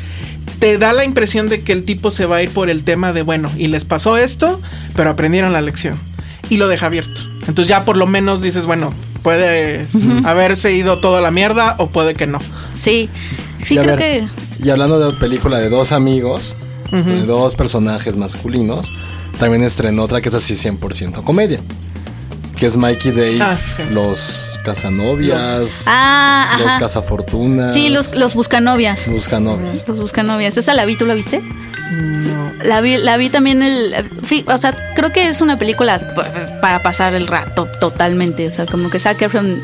S3: te da la impresión de que el tipo se va a ir por el tema de, bueno, y les pasó esto, pero aprendieron la lección y lo deja abierto. Entonces ya por lo menos dices, bueno, puede haberse ido toda la mierda o puede que no.
S4: Sí, sí,
S2: Y a
S4: creo
S2: ver,
S4: que...
S2: Y hablando de película de dos amigos, de dos personajes masculinos, también estrenó otra que es así 100% comedia. Que es Mikey Dave,
S3: Ah, sí.
S2: los casanovias,
S4: Ah,
S2: los
S4: ajá.
S2: cazafortunas.
S4: Sí, los, los buscanovias.
S2: buscanovias.
S4: Los buscanovias. ¿Esa la vi? ¿Tú la viste? La vi, la vi también el... fi- O sea, creo que es una película pa- para pasar el rato totalmente. O sea, como que Zac Efron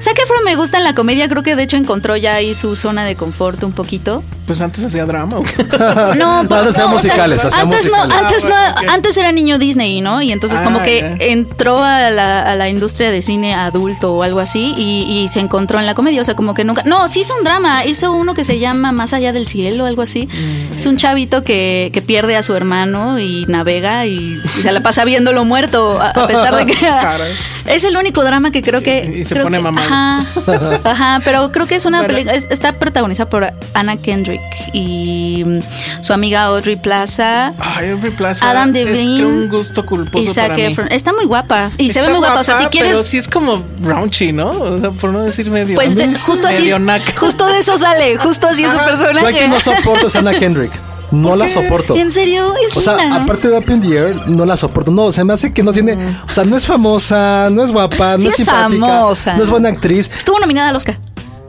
S4: Zac Efron me gusta en la comedia, creo que de hecho encontró ya ahí su zona de confort un poquito.
S3: Pues antes hacía drama. ¿o qué?
S4: <laughs>
S2: <laughs>
S4: No,
S2: No, antes
S4: pero
S2: eran
S4: o sea,
S2: musicales, hacían
S4: antes
S2: musicales.
S4: no, antes
S3: Ah,
S4: no,
S3: bueno, ok.
S4: antes era niño Disney, ¿no? Y entonces
S3: Ah,
S4: como que
S3: ya.
S4: entró a la, a la industria de cine adulto o algo así y, y se encontró en la comedia, o sea, como que nunca... No, sí hizo un drama, hizo uno que se llama Más allá del cielo, algo así.
S3: Mm.
S4: Es un chavito que, que pierde a su hermano y navega y, y se la pasa viéndolo muerto, a, a pesar de que...
S3: <laughs> Caray.
S4: es el único drama que creo que...
S3: Y- y se
S4: creo
S3: pone
S4: que-
S3: mamado.
S4: Ajá, ajá, pero creo que es una
S3: Bueno.
S4: película... Es- está protagonizada por Anna Kendrick y mm, su amiga Audrey Plaza
S3: Ay, Aubrey Plaza.
S4: Adam
S3: Ah, Es que
S4: Devine
S3: un gusto culposo
S4: y Zac
S3: para mí.
S4: Efron. Está muy guapa y se ve
S3: Está
S4: muy guapa. O sea, si
S3: guapa, Pero
S4: quieres,
S3: sí es como raunchy, ¿no? O sea, por no decir medio.
S4: pues de- justo así,
S3: Medio naca.
S4: justo de eso sale, justo así es su
S2: Yo aquí
S4: personaje.
S2: no
S4: <laughs>
S2: soporto a Ana Kendrick. No la soporto.
S4: En serio, es
S2: O sea,
S4: linda, ¿no?
S2: aparte de Up in the Air, no la soporto. No, se me hace que no tiene. O sea, no es famosa, no es guapa, no
S4: Sí
S2: es
S4: es
S2: simpática.
S4: famosa.
S2: No es buena actriz.
S4: Estuvo nominada al Oscar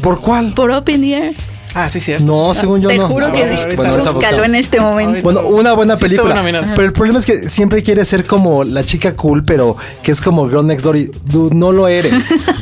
S2: ¿Por cuál?
S4: por Open the Air.
S3: Ah, sí, cierto.
S2: No, según yo
S4: Te
S2: no.
S4: juro que
S3: bueno,
S4: sí.
S3: ahorita
S2: ahorita
S4: Búscalo
S2: buscamos.
S4: en este momento.
S2: Bueno, una buena
S3: Sí estuvo
S2: película.
S3: nominada.
S2: Pero el problema es que siempre quiere ser como la chica cool, pero que es como Girl Next Door y dude, no lo eres.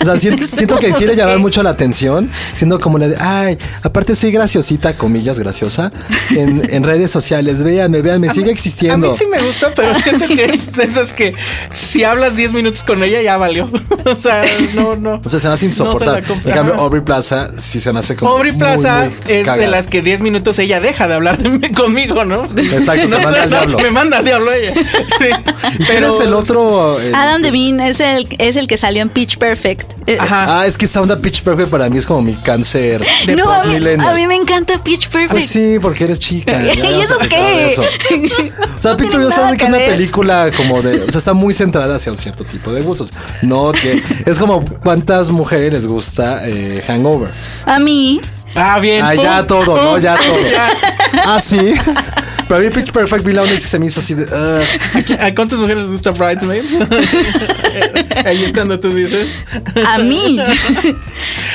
S2: O sea,
S3: <laughs>
S2: siento, siento que quiere llamar mucho la atención, siendo como la de, ay, aparte soy graciosita, comillas, graciosa, en, en redes sociales. Véanme, véanme, sigue existiendo.
S3: A mí sí me gusta,
S4: <laughs>
S3: pero siento que es de esas que si hablas 10 minutos con ella ya valió. <laughs> o sea, no, no.
S2: O sea, se me hace insoportable.
S3: No se la compra.
S2: en cambio, Aubrey Plaza sí se me hace como.
S3: Aubrey
S2: muy,
S3: Plaza
S2: muy
S3: es
S2: cagada.
S3: de las que 10 minutos ella deja de hablar de mí- <laughs> conmigo, ¿no?
S2: Exacto,
S3: <laughs> No
S2: te manda
S3: sé,
S2: al
S3: no,
S2: diablo.
S3: Me manda al
S2: <laughs>
S3: diablo ella. Sí.
S2: ¿Y quién es el otro? eh,
S4: Adam Devine es el, es el que salió en Pitch Perfect. Eh,
S3: Ajá.
S2: Ah, es que esa onda Pitch Perfect para mí es como mi cáncer. De
S4: no, a mí,
S2: postmilenio.
S4: a mí me encanta Pitch Perfect.
S2: Pues sí, porque eres chica. ya
S4: <laughs> ¿Y
S2: habíamos
S4: eso
S2: platicado de
S4: qué?
S2: eso. O sea,
S4: No
S2: Pitch Perfect
S4: tiene nada
S2: sabe que es
S4: que
S2: una
S4: ver.
S2: película como de. O sea, está muy centrada hacia un cierto tipo de gustos. No, que es como cuántas mujeres les gusta eh, Hangover.
S4: <laughs> A mí,
S3: Ah, bien.
S2: Ah, ya
S3: Pum,
S2: todo,
S3: pum.
S2: ¿no?
S4: <laughs>
S2: Ya todo. Ah, sí. Pero a mí Pitch Perfect vi la onda y sí se me hizo así de. ah, "Ugh".
S3: ¿A cuántas mujeres les
S2: <laughs>
S3: gusta Bridesmaids? <laughs> Ahí es cuando tú dices.
S2: <laughs>
S4: A mí.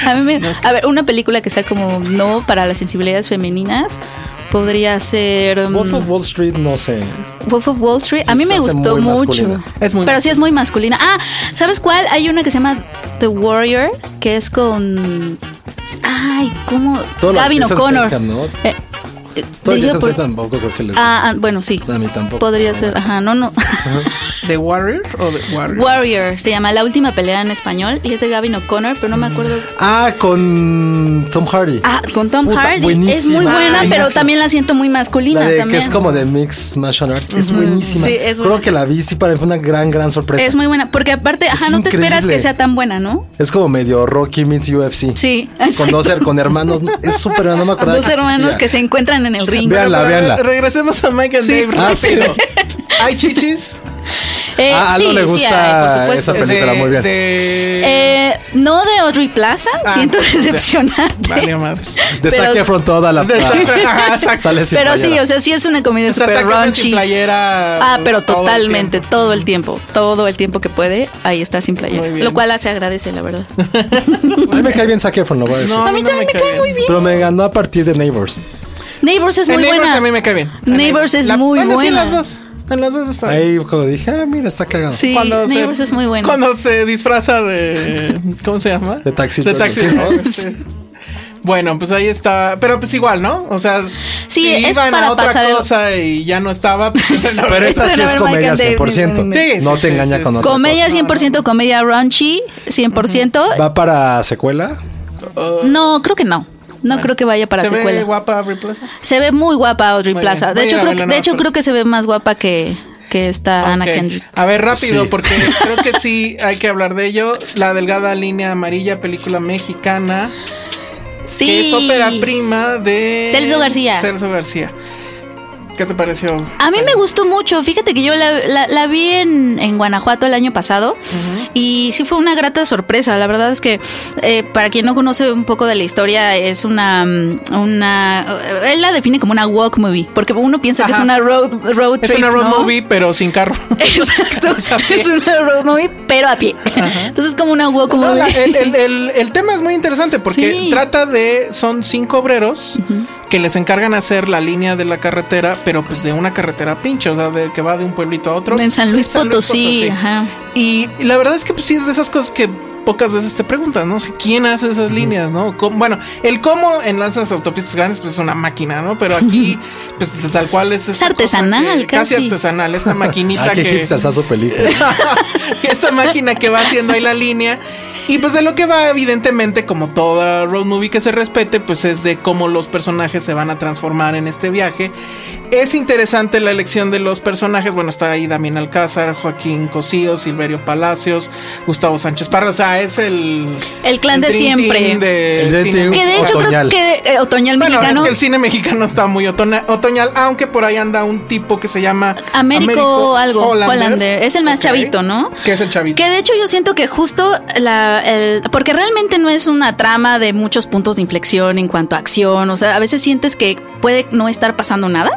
S4: A mí me- A ver, una película que sea como no para las sensibilidades femeninas podría ser um,
S2: Wolf of Wall Street, no sé.
S4: Wolf of Wall Street. A
S2: Sí,
S4: mí
S2: se
S4: me
S2: hace
S4: gustó
S2: muy
S4: mucho.
S2: masculina.
S3: Es muy
S4: pero sí es muy masculina. Ah, ¿sabes cuál? Hay una que se llama The Warrior, que es con. Ay, ¿cómo?
S2: Todo lo-
S4: Gavin
S2: Jason
S4: O'Connor.
S2: Statham, ¿no?
S4: Eh, eh,
S2: Todo
S4: dirigido
S2: eso
S4: por-
S2: sí tampoco creo que les
S4: Ah, ah, bueno, sí.
S2: A mí tampoco.
S4: Podría
S2: No,
S4: ser. Ajá, no, no.
S3: ¿The Warrior o The Warrior?
S4: Warrior se llama La última pelea en español y es de Gavin O'Connor, pero no me acuerdo
S2: Ah, con Tom Hardy.
S4: Ah, con Tom
S2: Puta,
S4: Hardy. Es
S2: buenísima.
S4: muy buena, pero
S2: Buenísima.
S4: también la siento muy masculina
S2: La de que
S4: también.
S2: es como de Mixed Martial Arts. Es buenísima.
S4: Sí, es
S2: Creo
S4: buena.
S2: que la vi, sí, para mí fue una gran, gran sorpresa.
S4: Es
S2: Es,
S4: muy buena, porque aparte, ajá, no te
S2: increíble.
S4: esperas que sea tan buena, ¿no?
S2: como medio Rocky meets UFC.
S4: Sí,
S2: Con
S4: exacto.
S2: dos her- con hermanos. ¿no? Es súper, no me acordaba.
S4: <laughs> Dos
S2: que existía.
S4: hermanos que se encuentran en el ring.
S2: Véanla,
S3: Pero
S2: véanla.
S3: Regresemos a Mike and
S4: Sí.
S3: Dave
S2: Ah, sí.
S3: rápido. ¿Hay chichis?
S4: Eh,
S2: Ah, a Aldo le gusta
S4: hay, por supuesto.
S2: esa película, muy bien.
S3: De...
S4: Eh, no de Audrey Plaza,
S2: <laughs>
S3: Ah,
S4: siento
S3: sí.
S4: decepcionante.
S3: Vale, madres.
S2: De
S4: pero-
S2: Zac Efron toda la.
S3: <laughs> De-
S4: <laughs>
S3: Ajá, exacto.
S2: sale sin
S4: Pero sí,
S2: playera.
S4: o sea, sí es una comedia
S3: O sea,
S4: super
S3: sáquenme sin
S4: raunchy.
S3: playera
S4: Ah, pero
S3: todo el
S4: totalmente,
S3: tiempo.
S4: todo el tiempo, todo el tiempo que puede, ahí está sin playera.
S3: Muy bien.
S4: Lo cual se agradece, la verdad.
S2: A mí me cae bien Zac Efron, lo voy a decir.
S3: <laughs> No,
S4: A mí también me cae muy bien.
S2: Pero me ganó a partir de Neighbors.
S4: Neighbors es
S3: En
S4: muy
S3: Neighbors
S4: buena.
S3: a mí me cae bien. En
S4: Neighbors es
S3: La-
S4: muy
S3: bueno,
S4: buena.
S3: Sí, en las dos. En las dos está bien.
S2: Ahí como dije, ah, mira, está cagado.
S4: Sí,
S3: Cuando se-
S4: Neighbors es muy buena.
S3: Cuando se disfraza de. ¿Cómo se llama?
S2: De Taxi
S3: De
S2: Driver,
S3: taxi.
S2: sí, ¿no?
S3: Driver, sí. Bueno, pues ahí está. Pero pues igual, ¿no? O sea,
S4: Sí,
S3: si
S4: es
S3: iban
S4: para
S3: a otra
S4: pasar el-
S3: cosa y ya no estaba. <laughs> pues, no.
S2: <laughs> Pero esa sí
S4: Pero
S2: es
S4: no me
S2: comedia
S4: alcanza a ir
S2: 100%.
S3: ningún- Sí,
S2: no
S3: sí,
S2: te
S3: sí,
S2: engaña
S3: sí,
S2: con
S3: sí.
S2: otra
S4: Comedia 100%, comedia raunchy 100%.
S2: cosa. ¿Va para secuela?
S4: No, creo que no. No creo que vaya para
S3: se
S4: secuela.
S3: ve guapa Aubrey Plaza.
S4: se ve muy guapa Audrey
S3: Muy
S4: Plaza.
S3: bien.
S4: De
S3: Voy a
S4: hecho,
S3: ir a
S4: creo que,
S3: verla,
S4: de
S3: no,
S4: hecho
S3: pero-
S4: creo que se ve más guapa que, que esta Ana
S3: Ok.
S4: Kendrick.
S3: A ver, rápido,
S2: Sí.
S3: porque creo que sí hay que hablar de ello. La delgada línea amarilla, película mexicana,
S4: Sí.
S3: que es ópera prima de
S4: Celso García.
S3: Celso García. ¿Qué te pareció?
S4: A mí me gustó mucho. Fíjate que yo la, la- la vi en, en Guanajuato el año pasado y sí fue una grata sorpresa. La verdad es que eh, para quien no conoce un poco de la historia es una mm, una eh, él la define como una walk movie porque uno piensa que
S3: Ajá.
S4: es una road road
S3: Es
S4: trip,
S3: una road
S4: ¿no?
S3: movie, pero sin carro.
S4: <laughs>
S3: <laughs>
S4: Exacto.
S3: Es a pie.
S4: es una road movie pero a pie. Entonces como una walk
S3: No,
S4: movie.
S3: la- el, el- el- el tema es muy interesante porque
S4: Sí.
S3: trata de. Son cinco obreros que les encargan hacer la línea de la carretera, pero pues de una carretera pinche, o sea, de, que va de un pueblito a otro.
S4: En San Luis Potosí, ajá.
S3: Y la verdad es que pues sí es de esas cosas que pocas veces te preguntas, ¿no? O sea, ¿quién hace esas líneas, no? Cómo- bueno, el cómo en las las autopistas grandes, pues es una máquina, ¿no? Pero <laughs> aquí, pues tal cual es. esta cosa
S4: artesanal,
S3: que- casi.
S4: casi.
S3: artesanal, <laughs> esta maquinita
S2: Ah, qué
S3: que.
S2: hipster su
S3: <laughs>
S2: película.
S3: esta máquina que va haciendo ahí la línea. Y pues de lo que va, evidentemente, como toda road movie que se respete, pues es de cómo los personajes se van a transformar en este viaje. Es interesante la elección de los personajes. Bueno, está ahí Damián Alcázar, Joaquín Cosío, Silverio Palacios, Gustavo Sánchez Parra. O sea, es el.
S4: El clan de
S3: Dream
S4: siempre.
S3: Team de
S2: El Dream
S3: cine
S2: Team.
S4: Que de hecho
S2: Otoñal.
S4: creo que eh, otoñal
S3: bueno,
S4: mexicano.
S3: es que el cine mexicano está muy otona- otoñal, aunque por ahí anda un tipo que se llama
S4: Américo, algo, Hollander. Es el más
S3: Ok.
S4: chavito, ¿no?
S3: Que es el chavito.
S4: Que de hecho yo siento que justo la. el- porque realmente no es una trama de muchos puntos de inflexión en cuanto a acción. O sea, a veces sientes que puede no estar pasando nada.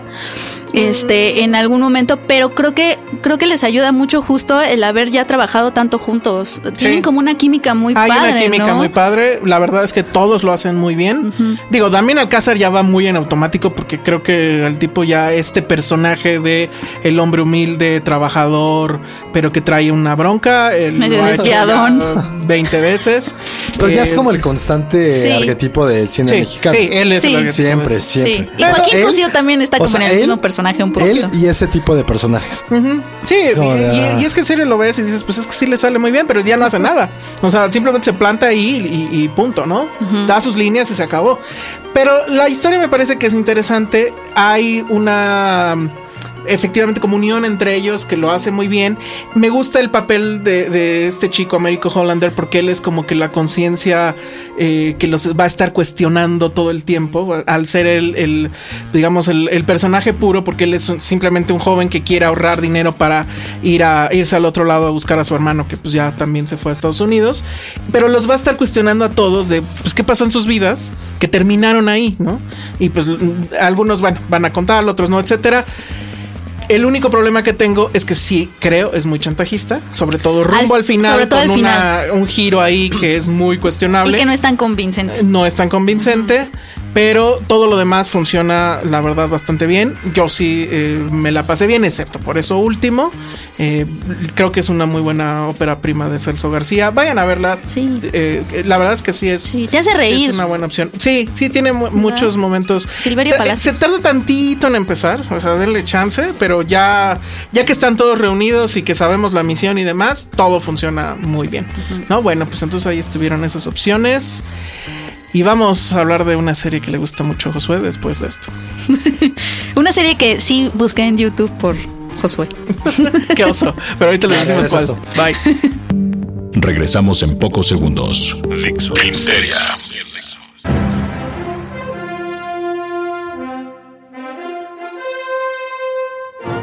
S4: Este, en algún momento, pero creo que, creo que les ayuda mucho justo el haber ya trabajado tanto juntos. Tienen como una química muy
S3: Hay
S4: padre.
S3: una química
S4: ¿no?
S3: muy padre. La verdad es que todos lo hacen muy bien. Digo, también Alcázar ya va muy en automático porque creo que el tipo ya este personaje de el hombre humilde, trabajador, pero que trae una bronca. él
S4: Medio
S3: lo ha hecho ya
S4: desviadón.
S3: 20 veces.
S2: Pero ya es
S3: Eh,
S2: como el constante
S4: Sí.
S2: arquetipo del cine
S3: Sí,
S2: mexicano.
S3: sí, él es
S4: Sí.
S3: el arquetipo de
S2: Siempre,
S3: esto.
S2: siempre.
S4: Sí. Y Joaquín
S2: él-
S4: Cosío también está
S2: o
S4: como
S2: sea,
S4: en el
S2: él-
S4: mismo personaje un poco.
S2: Él y ese tipo de personajes.
S3: Ujú. Sí, y,
S2: como de,
S3: y-
S2: ah.
S3: y es que en serio lo ves y dices, pues es que sí le sale muy bien, pero ya no hace nada. O sea, simplemente se planta ahí y, y- y punto, ¿no? Da sus líneas y se acabó. Pero la historia me parece que es interesante. Hay una mm, efectivamente comunión entre ellos que lo hace muy bien. Me gusta el papel de, de este chico Américo Hollander porque él es como que la conciencia eh, que los va a estar cuestionando todo el tiempo al ser el, el, digamos el, el personaje puro porque él es un- simplemente un joven que quiere ahorrar dinero para ir a irse al otro lado a buscar a su hermano que pues ya también se fue a Estados Unidos pero los va a estar cuestionando a todos de pues qué pasó en sus vidas que terminaron ahí no y pues mm, algunos van van a contar otros no etcétera el único problema que tengo es que sí creo es muy chantajista sobre todo rumbo al,
S4: Al-
S3: final
S4: sobre todo
S3: con
S4: al
S3: una-
S4: final.
S3: un giro ahí que es muy
S4: y
S3: cuestionable
S4: que no es tan convincente.
S3: no es tan convincente, pero todo lo demás funciona, la verdad, bastante bien. Yo sí eh, me la pasé bien, excepto por eso último. Eh, creo que es una muy buena ópera prima de Celso García. Vayan a verla.
S4: Sí.
S3: Eh, la verdad es que sí es.
S4: Sí, te hace
S3: Sí,
S4: reír.
S3: es una buena opción. Sí, sí, tiene mu- muchos momentos.
S4: Silverio
S3: Ta- eh,
S4: Palacios.
S3: Se tarda tantito en empezar, o sea, denle chance, pero ya, ya que están todos reunidos y que sabemos la misión y demás, todo funciona muy bien. No, bueno, pues entonces ahí estuvieron esas opciones. Y vamos a hablar de una serie que le gusta mucho a Josué después de
S4: <laughs>
S3: esto.
S4: Una serie que sí busqué en YouTube por Josué.
S3: Qué oso. Pero ahorita les decimos cuál.
S2: regreso
S3: Bye.
S1: Regresamos en pocos segundos. Filmsteria.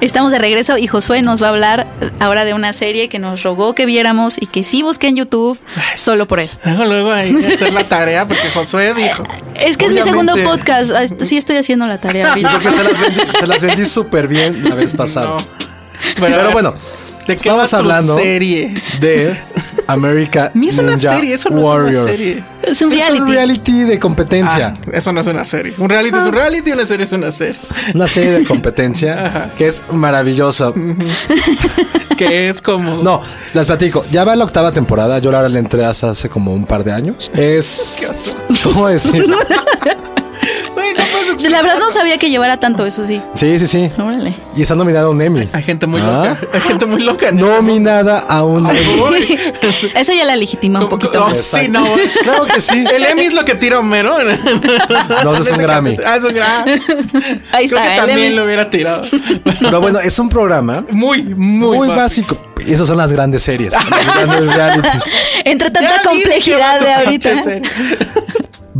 S4: Estamos de regreso y Josué nos va a hablar ahora de una serie que nos rogó que viéramos y que sí busqué en YouTube solo por él.
S3: Luego, luego hay que hacer la tarea porque Josué dijo.
S4: Es que es mi segundo
S2: Obviamente.
S4: podcast. Ah, est- Sí estoy haciendo la tarea
S3: <laughs>
S2: Yo creo
S4: ahorita.
S2: que
S3: pues,
S2: <laughs> se las vendí, se las vendí súper bien la <laughs> vez pasada.
S3: No.
S2: Pero,
S3: a ver,
S2: bueno,
S3: ¿de qué
S2: estabas
S3: va tu
S2: hablando
S3: serie?
S2: de <laughs> America
S3: Ni es una
S2: Ninja
S3: serie, eso no
S2: Warrior.
S3: es una serie.
S4: Es un
S2: Es un
S4: reality.
S2: reality de competencia.
S3: Ah, eso no es una serie. Un reality es un
S4: Ah.
S3: reality, una serie es una serie.
S2: Una <laughs> serie de competencia que es maravillosa.
S3: Que es como.
S2: No, las platico. Ya va la octava temporada. Yo la verdad le entré hasta hace como un par de años. <laughs> Es. ¿Cómo decirlo?
S4: <laughs>
S3: Güey, no puedes explicar.
S4: La verdad no sabía que llevara tanto, eso sí.
S2: Sí, sí, sí.
S4: Órale.
S2: Y está nominada a un Emmy.
S3: Hay gente muy
S2: Ah.
S3: loca. Hay gente muy loca.
S2: Nominada a un Emmy.
S3: Uy.
S4: Eso ya la legitima un poquito.
S3: Oh,
S4: más.
S3: sí, no.
S2: Claro que sí.
S3: El Emmy es lo que tira Homero.
S2: No, eso es un Grammy.
S3: Ah, es un Grammy.
S4: <laughs>
S3: Creo que
S4: Ahí está. eh, el Emmy.
S3: también lo hubiera tirado.
S2: Pero bueno, es un programa
S3: Muy, muy,
S2: muy básico. Esas son las grandes series. Las grandes <laughs> realities.
S4: Entre
S3: Ya
S4: tanta
S3: vi que va
S4: complejidad
S3: tu
S4: de
S3: pinche
S4: ahorita.
S3: serie.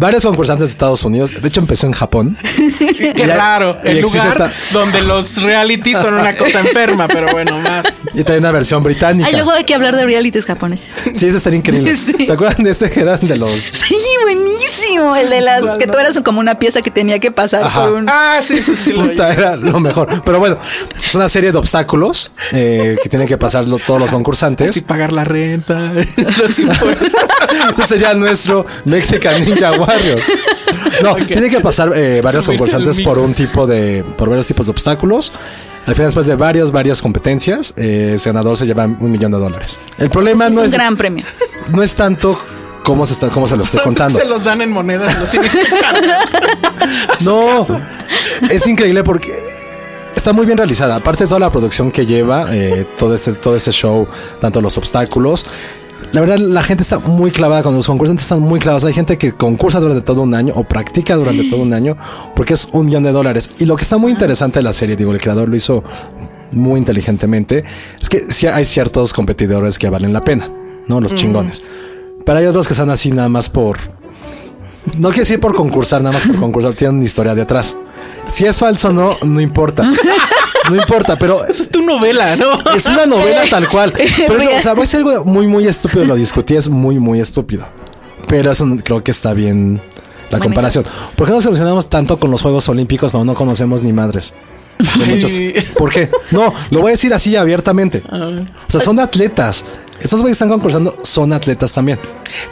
S2: Varios concursantes de Estados Unidos. De hecho, empezó en Japón.
S3: Qué
S2: Ya-
S3: raro.
S2: y
S3: El
S2: existe
S3: lugar
S2: ta-
S3: donde los realities son una cosa enferma, pero
S2: <laughs>
S3: bueno, más.
S2: Y trae una versión británica.
S4: Ay, luego hay que hablar de realities
S3: <laughs>
S4: japoneses.
S2: Sí, ese estaría increíble.
S4: <laughs> Sí.
S2: ¿Se acuerdan de este que eran de los.
S4: Sí, buenísimo. El de las que tú eras como una pieza que tenía que pasar
S2: Ajá.
S4: por un.
S3: Ah, sí, sí, sí. lo oí.
S2: Puta, era lo mejor. Pero bueno, es una serie de obstáculos eh, que tienen que pasar lo- todos los
S3: Sí,
S2: concursantes.
S3: pagar la renta, <laughs> los impuestos.
S2: Este sería nuestro Mexican Ninja Warrior. No, tienen que pasar eh, varios
S3: Subirse al
S2: concursantes
S3: micro.
S2: por un tipo de. por varios tipos de obstáculos. Al final, después de varias, varias competencias, eh, ese ganador se lleva un millón de dólares. El problema
S4: Es
S2: no
S4: un
S2: es.
S4: gran premio.
S2: no es tanto cómo se, está, cómo se lo estoy contando.
S3: Se los dan en monedas,
S2: <laughs>
S3: los tienen que
S2: No, es increíble porque está muy bien realizada. Aparte de toda la producción que lleva, eh, todo, este, todo ese show, tanto los obstáculos. La verdad, la gente está muy clavada con los concursantes, están muy clavados. Hay gente que concursa durante todo un año o practica durante todo un año porque es un millón de dólares. Y lo que está muy interesante de la serie, digo, el creador lo hizo muy inteligentemente, es que sí hay ciertos competidores que valen la pena, ¿no? Los chingones. Pero hay otros que están así nada más por, no quiere decir por concursar, nada más por concursar, tienen una historia de atrás. Si es falso o no, no importa. No importa, pero
S3: Esa es tu novela, ¿no?
S2: es una novela tal cual. Pero no, o sea, va a ser algo muy, muy estúpido. Lo discutí, es muy, muy estúpido. Pero eso no- creo que está bien la comparación. ¿Por qué nos emocionamos tanto con los Juegos Olímpicos cuando no conocemos ni madres? De muchos. ¿Por qué? No, lo voy a decir así abiertamente. O sea, son atletas. Estos güeyes que están concursando son atletas también.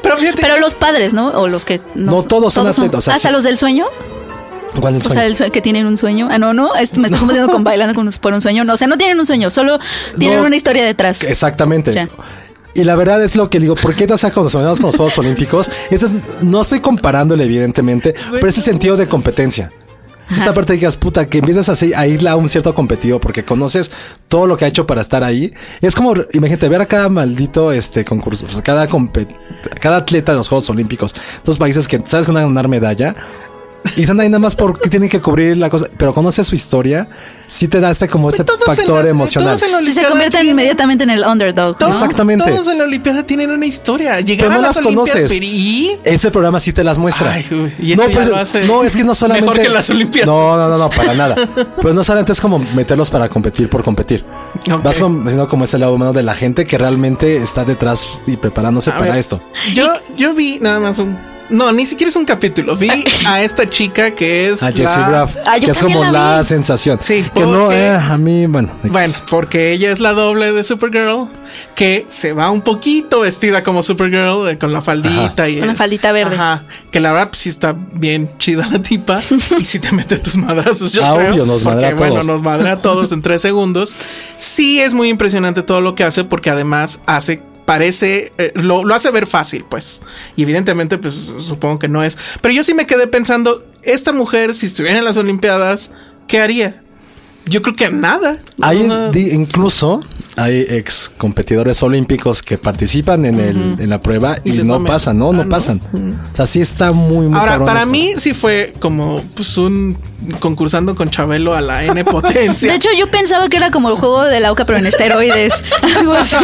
S3: Pero fíjate,
S4: Pero los padres, ¿no? O los que.
S2: eh, No, todos son atletas, o sea,
S4: ¿Hasta
S2: sí.
S4: los del sueño?
S2: ¿Cuál es el
S4: O sea,
S2: sueño?
S4: el sue- que tienen un sueño. Ah, no, no. es-
S2: <laughs>
S4: me estoy confundiendo con bailando con, por un sueño. No, o sea, no tienen un sueño, solo tienen
S2: No.
S4: una historia detrás.
S2: Exactamente.
S4: Ya.
S2: Y la verdad es lo que digo, ¿por qué te sacas con los con los Juegos Olímpicos? Eso es- no estoy comparándole, evidentemente, pero ese sentido de competencia. Es Esta parte de que digas, puta, que empiezas así a irla a un cierto competido porque conoces todo lo que ha hecho para estar ahí. Es como, imagínate, ver a cada maldito este concurso, o sea, cada, compe- cada atleta de los Juegos Olímpicos, dos países que sabes que van a ganar medalla y están ahí nada más porque tienen que cubrir la cosa, pero conoces su historia, sí te da este como este
S4: Pues
S3: todos en
S2: factor
S3: las-
S2: emocional.
S3: todos en la
S4: Si se
S3: Olimpiada
S4: convierten
S3: tienen-
S4: inmediatamente en el underdog. ¿no?
S3: Todos,
S2: Exactamente.
S3: Todos en la Olimpiada tienen una historia.
S2: Pero
S3: Llegaron
S2: no
S3: a las,
S2: las
S3: Olimpiadas,
S2: conoces.
S3: pero ¿y?
S2: Ese programa sí te las muestra.
S3: Ay, uy, y eso ya
S2: pues,
S3: lo hace
S2: no, es que no solamente.
S3: mejor que las Olimpiadas.
S2: No, no, no, no, para
S3: <laughs>
S2: nada. Pues no solamente es como meterlos para competir por competir.
S3: Ok.
S2: Vas como, sino como ese lado humano de la gente que realmente está detrás y preparándose
S3: A
S2: para
S3: ver,
S2: esto.
S3: Yo, yo vi nada más un. No, ni siquiera es un
S2: <laughs>
S3: capítulo. Vi a esta chica que es.
S2: A Jessie
S3: la-
S2: Braff,
S4: Ah, yo
S2: que es
S4: también
S2: como
S4: la
S2: la,
S4: vi.
S2: sensación.
S3: Sí,
S2: que no,
S3: porque-
S2: eh, a mí, bueno.
S3: Bueno, porque ella es la doble de Supergirl, que se va un poquito vestida como Supergirl, eh, con la faldita y
S4: Una
S3: el-
S4: faldita verde.
S3: Ajá, que la verdad pues, sí está bien chida la tipa y si te mete tus madrazos, yo
S2: Ah,
S3: creo,
S2: obvio, nos
S3: porque,
S2: madrea a
S3: bueno,
S2: todos.
S3: nos madrea a todos en tres segundos. Sí es muy impresionante todo lo que hace porque además hace parece eh, lo, lo hace ver fácil pues y evidentemente pues supongo que no es pero yo sí me quedé pensando esta mujer si estuviera en las olimpiadas qué haría yo creo que nada
S2: Hay
S3: No,
S2: di- incluso hay ex competidores olímpicos que participan en, el, en la prueba
S3: Y
S2: y,
S3: les
S2: no
S3: mamen.
S2: pasan, no,
S3: Ah,
S2: no,
S3: ¿no?
S2: pasan. O sea, sí está muy, muy
S3: Ahora,
S2: cabrón
S3: para
S2: esto.
S3: mí sí fue como pues, un concursando con Chabelo a
S2: <laughs>
S3: la N potencia.
S4: De hecho, yo pensaba que era como el juego de la oca, pero en esteroides. <laughs> Algo así.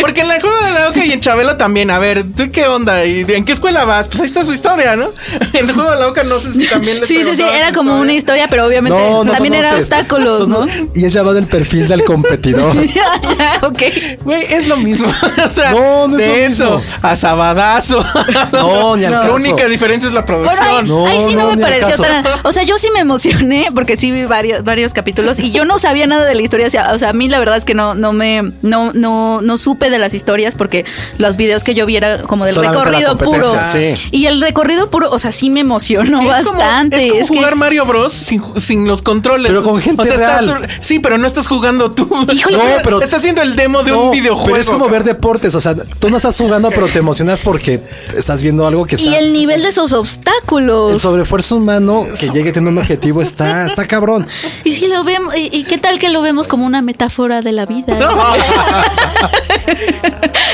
S3: porque en la juego de la Oca y en Chabelo también, a ver, ¿tú qué onda? ¿Y en qué escuela vas? Pues ahí está su historia, ¿no? <laughs> En el juego de la Oca no sé si también les
S4: Sí, sí, sí.
S3: preguntaban
S4: Era
S3: su
S4: como una historia, pero obviamente también era
S2: conoces.
S4: obstáculos, ¿no? <laughs>
S2: Y ella va del perfil del competidor.
S4: Ya, ya, ok.
S3: Güey, es lo mismo. <laughs> o sea,
S2: No, no es
S3: de
S2: lo
S3: eso,
S2: mismo.
S3: a sabadazo. <laughs>
S2: No, ni al
S3: La
S2: caso.
S3: única diferencia es la
S4: Bueno,
S3: producción.
S4: ahí,
S2: No,
S4: ahí sí no,
S2: no,
S4: me
S2: ni al
S4: pareció
S2: caso.
S4: tan. O sea, yo sí me emocioné porque sí vi varios, varios capítulos y yo no sabía nada de la historia. O sea, o sea, a mí la verdad es que no, no me. No, no, no supe de las historias porque los videos que yo vi era como del
S2: Solamente la
S4: recorrido puro. Ah,
S2: competencia, sí.
S4: Y el recorrido puro, o sea, sí me emocionó
S3: Es como-
S4: bastante.
S3: es como
S4: Es que-
S3: jugar Mario Bros sin, sin los controles.
S2: Pero con gente
S3: estás-
S2: real.
S3: sí, pero no estás jugando tú.
S4: Híjole,
S3: no,
S4: pero-
S3: pero estás viendo el demo de un
S2: No,
S3: videojuego.
S2: Pero es como ver
S3: cabrón.
S2: deportes. O sea, tú no estás jugando, pero te emocionas porque estás viendo algo que está.
S4: Y el nivel de esos
S2: el
S4: obstáculos.
S2: sobreesfuerzo humano que llegue teniendo un objetivo está, está cabrón.
S4: Y si lo vemos, y, y qué tal que lo vemos como una metáfora de la vida.
S2: <laughs>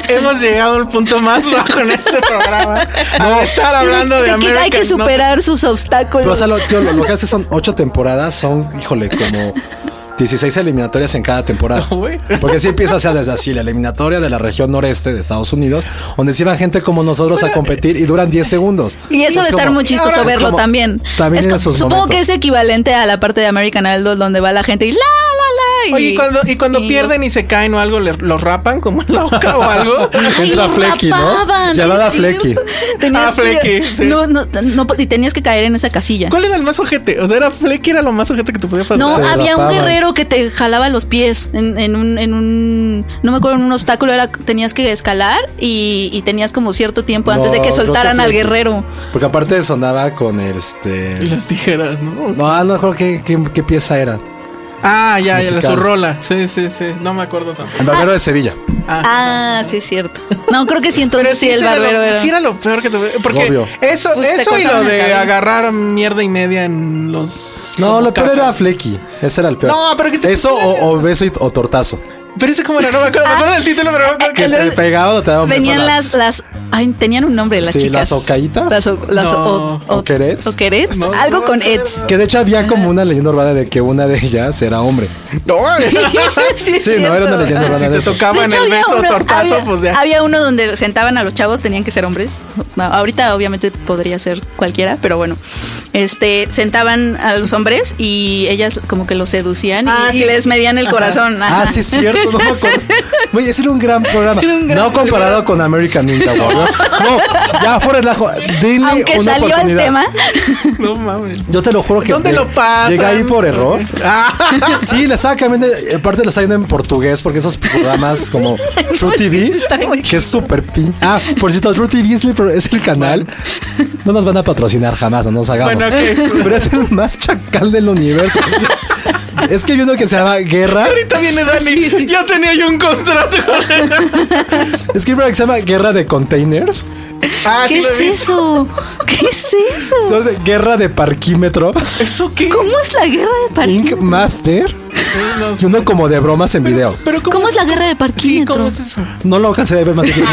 S3: Hemos llegado al punto más bajo en este programa. No, estar hablando de,
S4: De que
S3: American
S4: hay que superar sus obstáculos.
S2: Pero o sea, lo, yo- lo- lo que hace son ocho temporadas, son, híjole, como 16 eliminatorias en cada temporada.
S3: No, güey.
S2: Porque sí empieza, o sea, desde así, la eliminatoria de la región noreste de Estados Unidos, donde se iba gente como nosotros a competir y duran 10 segundos.
S4: y eso
S2: Es
S4: de estar
S2: como- ah,
S4: muy chistoso
S2: es
S4: verlo
S2: como-
S4: también.
S2: También
S4: Es
S2: en
S4: como-
S2: sus
S4: supongo
S2: momentos.
S4: que es equivalente a la parte de American Idol donde va la gente y la la la. Y,
S3: Oye, y cuando, y cuando pierden y se caen o algo, le- ¿los rapan como en la boca o
S4: <laughs>
S3: algo?
S4: Ay,
S2: Entra
S4: lo
S2: Flecky, ¿no?
S4: rapaban,
S2: Se
S4: sí,
S2: llamaba
S4: sí.
S2: Flecky.
S4: Tenías
S3: Ah, Flecky,
S4: que-
S3: sí.
S4: no, no, no, y tenías que caer en esa casilla.
S3: ¿Cuál era el más ojete? O sea, era Flecky, era lo más ojete que te podía pasar.
S4: No,
S2: Se
S4: había un
S2: rapaban.
S4: guerrero que te jalaba los pies en, en un, en un, no me acuerdo, en un obstáculo, era tenías que escalar y, y tenías como cierto tiempo antes de
S2: No,
S4: que
S2: creo
S4: soltaran
S2: fue-
S4: al guerrero.
S2: Porque aparte sonaba con este.
S3: Y las tijeras, ¿no?
S2: No, ah, no creo que, qué pieza era.
S3: Ah, ya, ya, la
S2: Musical.
S3: su rola. Sí, sí, sí. No me acuerdo tanto.
S2: El barbero de Sevilla.
S4: Ah, sí, es cierto. No, creo que sí, entonces sí, el
S3: era
S4: barbero
S3: lo,
S4: era.
S3: sí era lo peor que tuve. Porque
S2: Obvio.
S3: eso,
S4: Pues te
S3: eso y lo
S4: cortaban el
S3: de
S4: cabello.
S3: agarrar mierda y media en los.
S2: No,
S3: como
S2: lo peor
S3: cajas.
S2: era Flecky. Ese era el peor.
S3: No, pero ¿qué te
S2: Eso o, o beso y, o tortazo.
S3: Pero ese como era, no me acuerdo. Me acuerdo
S4: Ah.
S3: del título, pero no me acuerdo
S2: Que <laughs>
S3: que-
S2: te pegaba o te daba un beso.
S4: Venían
S2: a
S4: las, las, ay, tenían un nombre las
S2: Sí,
S4: chicas.
S2: las ocaitas.
S4: Las, o- las o-
S3: No.
S4: o-
S2: Oquerets.
S4: oquerets,
S3: No,
S4: algo
S3: no,
S4: con
S3: no,
S4: ets.
S2: Que de hecho había como una leyenda urbana de que una de ellas era hombre.
S3: No,
S4: <laughs> sí, es
S2: Sí, no, era
S4: cierto.
S2: una leyenda urbana de
S3: te
S2: eso.
S3: tocaba
S4: De
S3: en
S4: hecho,
S3: el
S4: había
S3: beso
S4: uno-
S3: tortazo,
S4: había-
S3: pues ya.
S4: Había uno donde sentaban a los chavos, tenían que ser hombres. No, ahorita obviamente podría ser cualquiera, pero bueno. Este, sentaban a los hombres y ellas como que los seducían y-
S3: Ah,
S4: y,
S3: sí.
S4: les medían el corazón.
S2: Ah,
S4: ajá.
S2: sí, es cierto, no me acuerdo. Güey, ese era un gran programa.
S4: Era un gran
S2: no comparado con American Ninja Warrior. No, ya fuera el ajo. Denle
S4: Aunque
S2: una
S4: salió el
S2: oportunidad.
S3: <laughs>
S4: tema,
S3: No mames.
S2: Yo te lo juro que.
S3: ¿Dónde
S2: lleg-
S3: lo pasan?
S2: Llegué ahí por error.
S3: Ah,
S2: Sí, la estaba cambiando. eh, Aparte, la estaba viendo en portugués porque esos programas como True TV, que es súper pin. Ah, por cierto, True TV es el, pro- es el canal. No nos van a patrocinar jamás, no nos hagamos.
S3: Bueno, ok.
S2: Pero es el más chacal del universo. Es que hay uno que se llama Guerra.
S3: ahorita viene Dani. Ya tenía yo un contrato con él.
S4: <laughs>
S2: Es que hay uno que se llama Guerra de Containers.
S3: Ah, sí
S4: ¿qué
S3: lo
S4: es
S3: vi.
S4: eso? ¿Qué es eso?
S2: Entonces, Guerra de Parquímetro.
S3: ¿Eso qué? Eh,
S4: ¿Cómo es la guerra de parquímetro?
S2: Ink Master. Y uno como de bromas en video.
S3: Pero
S4: ¿Cómo es la guerra de
S3: Sí, ¿cómo
S4: parquímetros?
S3: es eso?
S2: No lo alcancé a ver más. que-
S3: Ay,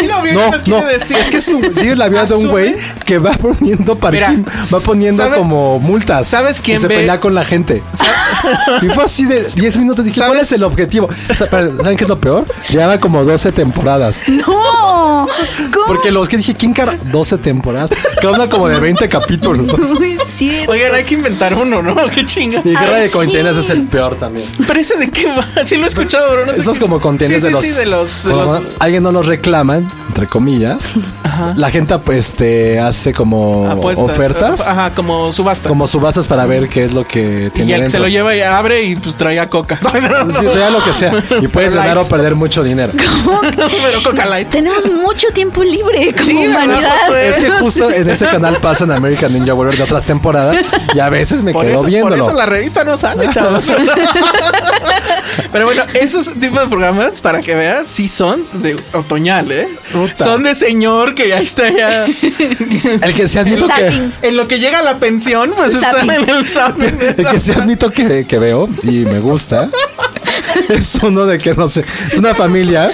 S3: sí lo vi,
S2: No,
S3: nos
S2: no,
S3: quiere decir.
S2: es que
S3: <laughs>
S2: su, sigue la vida de un
S3: Asume.
S2: güey que va poniendo parking,
S3: Mira,
S2: va poniendo
S3: ¿sabe-
S2: como multas.
S3: sabes quién
S2: Y se
S3: ve-
S2: pelea con la gente. <laughs> Y fue así de 10 minutos. Dije, ¿cuál
S3: ¿Sabes?
S2: es el objetivo? O sea, pero, ¿Saben qué es lo peor? Llevaba como 12 temporadas.
S4: No, ¿cómo?
S2: Porque los que dije, ¿quién cara? 12 temporadas. Que onda como de 20 capítulos.
S3: <laughs>
S4: No es cierto.
S3: Oigan,
S4: <laughs>
S3: hay que inventar uno, ¿no? <laughs> Qué chinga.
S2: Y Guerra
S4: Ay,
S2: de
S4: sí.
S2: Contenas es el peor también.
S3: Pero ese de qué va. Sí lo he escuchado, pero no sé
S2: Pues, Esos
S3: qué-
S2: como contenedores
S3: Sí, sí,
S2: de los.
S3: sí, de los. de
S2: como-
S3: los-
S2: Alguien no los reclaman, entre comillas. La gente pues, este, hace como
S3: apuestas.
S2: ofertas.
S3: Ajá, como subasta.
S2: como subastas para ver qué es lo que
S3: y
S2: tiene
S3: ya que se
S2: dentro.
S3: lo lleva y abre y pues traía coca.
S2: <laughs> Sí, te da lo que sea. Y puedes ganar o perder mucho dinero.
S3: <laughs> pero coca light.
S4: Tenemos mucho tiempo libre como
S3: Sí, ¿verdad,
S4: humanidad.
S3: Josué?
S2: Es que justo en ese canal pasan American Ninja Warrior de otras temporadas y a veces me
S3: Por
S2: quedo
S3: eso, por
S2: viéndolo.
S3: eso la revista no sale,
S2: <laughs>
S3: chavos. Pero bueno, esos tipos de programas, para que veas, sí son de otoñal, ¿eh?
S2: Puta.
S3: Son de señor que ya está
S4: <laughs>
S3: ya.
S2: El que se admito que
S4: Zapping.
S3: En lo que llega la pensión, pues están
S4: Zapping.
S3: en
S2: <laughs>
S3: el zapping.
S2: el que sí admito que, que veo y me gusta <laughs> es uno de que no sé, es una familia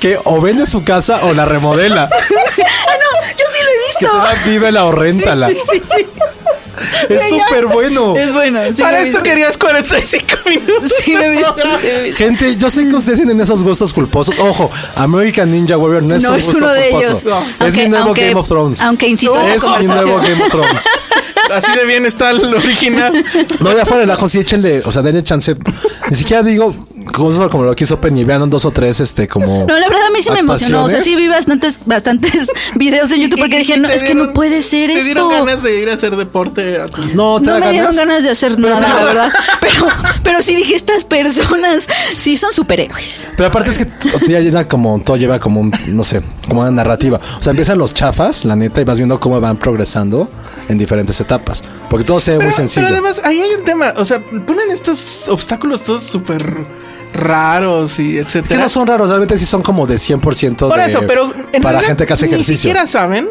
S2: que o vende su casa o la remodela,
S4: Ah, no, yo sí lo he visto.
S2: que se la vive la o réntala.
S4: Sí, sí.
S2: Es súper bueno.
S4: Es bueno. sí
S3: Para
S4: lo he
S3: esto
S4: visto.
S3: querías 45 minutos.
S4: Sí, lo he visto. sí lo he visto.
S2: Gente, yo sé que ustedes tienen esos gustos culposos. Ojo, American Ninja Warrior no es
S4: No
S2: un
S4: es
S2: gusto
S4: uno de
S2: culposo.
S4: ellos. No.
S2: Es
S4: Aunque-
S2: mi nuevo
S4: aunque-
S2: Game of Thrones.
S4: aunque incitó esta
S2: Es mi
S4: conversación.
S2: nuevo Game of Thrones.
S3: Así de bien está el original.
S4: <laughs>
S2: No, ya fuera el ajo, sí échenle, o sea, denle chance. Ni siquiera digo cosas como lo que hizo Penny. Vean dos o tres, este, como.
S4: No, la verdad a mí sí me emocionó. O sea, sí vi bastantes, bastantes <laughs> videos en YouTube porque
S3: Y- y
S4: dije, no,
S3: te
S4: es que
S3: dieron-
S4: no puede ser
S3: Te
S4: esto.
S3: dieron ganas de ir a hacer deporte. a tu-
S2: No, te
S4: No
S2: da
S4: me dieron
S2: ganas.
S4: ganas de hacer nada, la verdad. Pero, pero sí dije, estas personas sí son superhéroes.
S2: Pero aparte es que todo ya llena como, todo lleva como un, no sé, como una narrativa. O sea, empiezan los chafas, la neta, y vas viendo cómo van progresando en diferentes etapas. Porque todo se ve muy
S3: Pero-
S2: sencillo.
S3: Pero además, ahí hay un tema. O sea, ponen estos obstáculos todos súper raros y
S2: Es que
S3: etcétera.
S2: no son raros, realmente sí son como de 100%
S3: Por
S2: de-
S3: eso, pero en
S2: para
S3: realidad
S2: gente que hace
S3: ni
S2: ejercicio.
S3: siquiera saben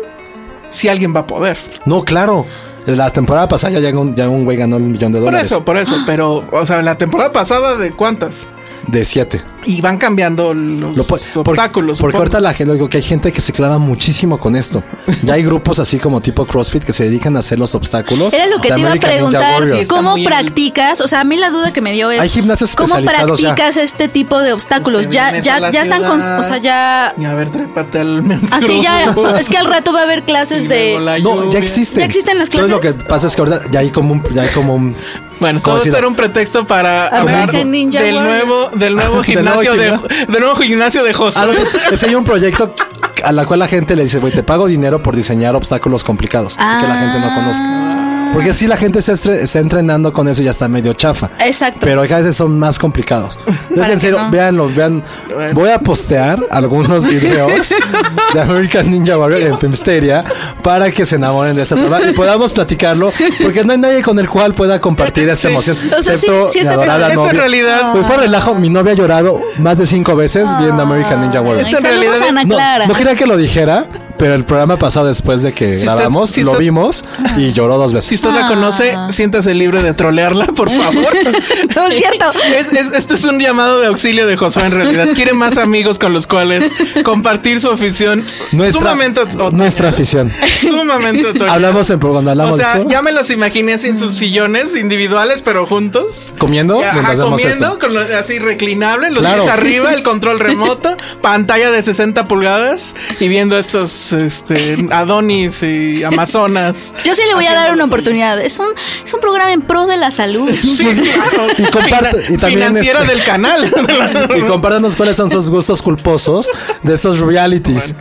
S3: si alguien va a poder.
S2: No, claro. La temporada pasada ya, llegó un, ya un güey ganó el millón de
S3: Por
S2: dólares.
S3: eso, por eso. Pero, o sea, la temporada pasada, ¿de cuántas?
S2: De siete.
S3: Y van cambiando los
S2: Lo po- por-
S3: Pues, obstáculos.
S2: porque
S3: supongo.
S2: ahorita la gente, digo que hay gente que se clava muchísimo con
S3: <laughs>
S2: esto. Ya hay grupos así como tipo CrossFit que se dedican a hacer los obstáculos.
S4: Era lo que
S2: Pues, de
S4: te iba a
S2: American Ninja
S4: preguntar.
S2: Warrior.
S3: Sí, está
S4: ¿Cómo
S3: muy-
S4: practicas? O sea, a mí la duda que me dio es.
S2: Hay gimnasios
S4: ¿Cómo
S2: especializados ya.
S4: practicas este tipo de obstáculos?
S3: Pues te
S4: Ya,
S3: vienes a
S4: ya,
S3: la
S4: ya están. cons-
S3: ciudad.
S4: O sea, ya.
S3: Y a ver, trépate al
S4: Así Ah,
S3: <laughs>
S4: ya. Es que al rato va a haber clases
S3: Y
S4: de.
S3: luego la
S2: No, ya
S3: lluvia.
S2: existen.
S4: ¿Ya existen las
S2: Entonces,
S4: clases?
S2: lo que pasa es que ahorita ya hay como un. Ya hay como un
S3: Bueno,
S2: ¿cómo
S3: todo esto
S2: decirlo?
S3: era un pretexto para
S4: American
S3: hablar
S4: Ninja
S3: del
S4: Warrior.
S3: nuevo, del nuevo
S2: <laughs> Del nuevo
S3: gimnasio de,
S2: gimnasio.
S3: del nuevo gimnasio de José.
S2: Ah,
S3: <laughs>
S2: lo que- es que hay un proyecto
S4: Ah,
S2: a la cual la gente le dice, güey, te pago dinero por diseñar obstáculos complicados y que la gente no conozca. Porque así la gente se estre- está entrenando con eso y ya está medio chafa.
S4: Exacto.
S2: Pero a veces son más
S4: <laughs>
S2: complicados. Entonces,
S4: Para
S2: en
S4: que
S2: serio,
S4: no.
S2: véanlo, vean. Voy a postear
S4: <laughs>
S2: algunos videos de American Ninja Warrior en Filmsteria para que se enamoren de ese programa y podamos platicarlo, porque no hay nadie con el cual pueda compartir esta emoción.
S4: O sea, sí-
S2: excepto
S4: sí
S2: mi
S4: está-
S2: adorada
S3: Esta en
S2: novia.
S3: realidad.
S2: Pues fue relajo, mi novia ha llorado más de cinco veces viendo American Ninja Warrior.
S4: Ay,
S3: Esta en
S4: saludos
S3: realidad
S4: a
S3: es-
S4: Ana
S2: No,
S4: Ah, Clara.
S2: no quería que lo dijera, pero el programa pasado después de que
S3: Si está-
S2: grabamos,
S3: si
S2: lo
S3: está-
S2: vimos y lloró dos veces.
S3: Si usted la conoce, siéntase libre de trolearla, por favor.
S4: <laughs> No
S3: <laughs>
S4: es cierto.
S3: Es- es- esto es un llamado de auxilio de Josué en realidad. Quiere más amigos con los cuales compartir su afición.
S2: nuestra,
S3: sumamente, otoña.
S2: nuestra afición. <laughs>
S3: Sumamente otoña.
S2: Hablamos en cuando hablamos
S3: O
S2: de
S3: sea,
S2: eso.
S3: ya me los imaginé así en sus sillones individuales, pero juntos.
S2: Comiendo
S3: Ajá,
S2: mientras vemos
S3: comiendo,
S2: esto.
S3: con lo- así reclinable, los
S2: Claro. <laughs>
S3: pies arriba, el control remoto, pantalla de 60 pulgadas y viendo estos este, Adonis y Amazonas.
S4: Yo sí le voy a dar una oportunidad. Es un, es un programa en pro de
S2: <laughs>
S4: la salud.
S3: Sí, claro. <laughs>
S2: Y comparte- y también,
S3: financiera
S2: este-
S3: del canal.
S2: <laughs> Y compártanos cuáles son sus gustos culposos de estos realities.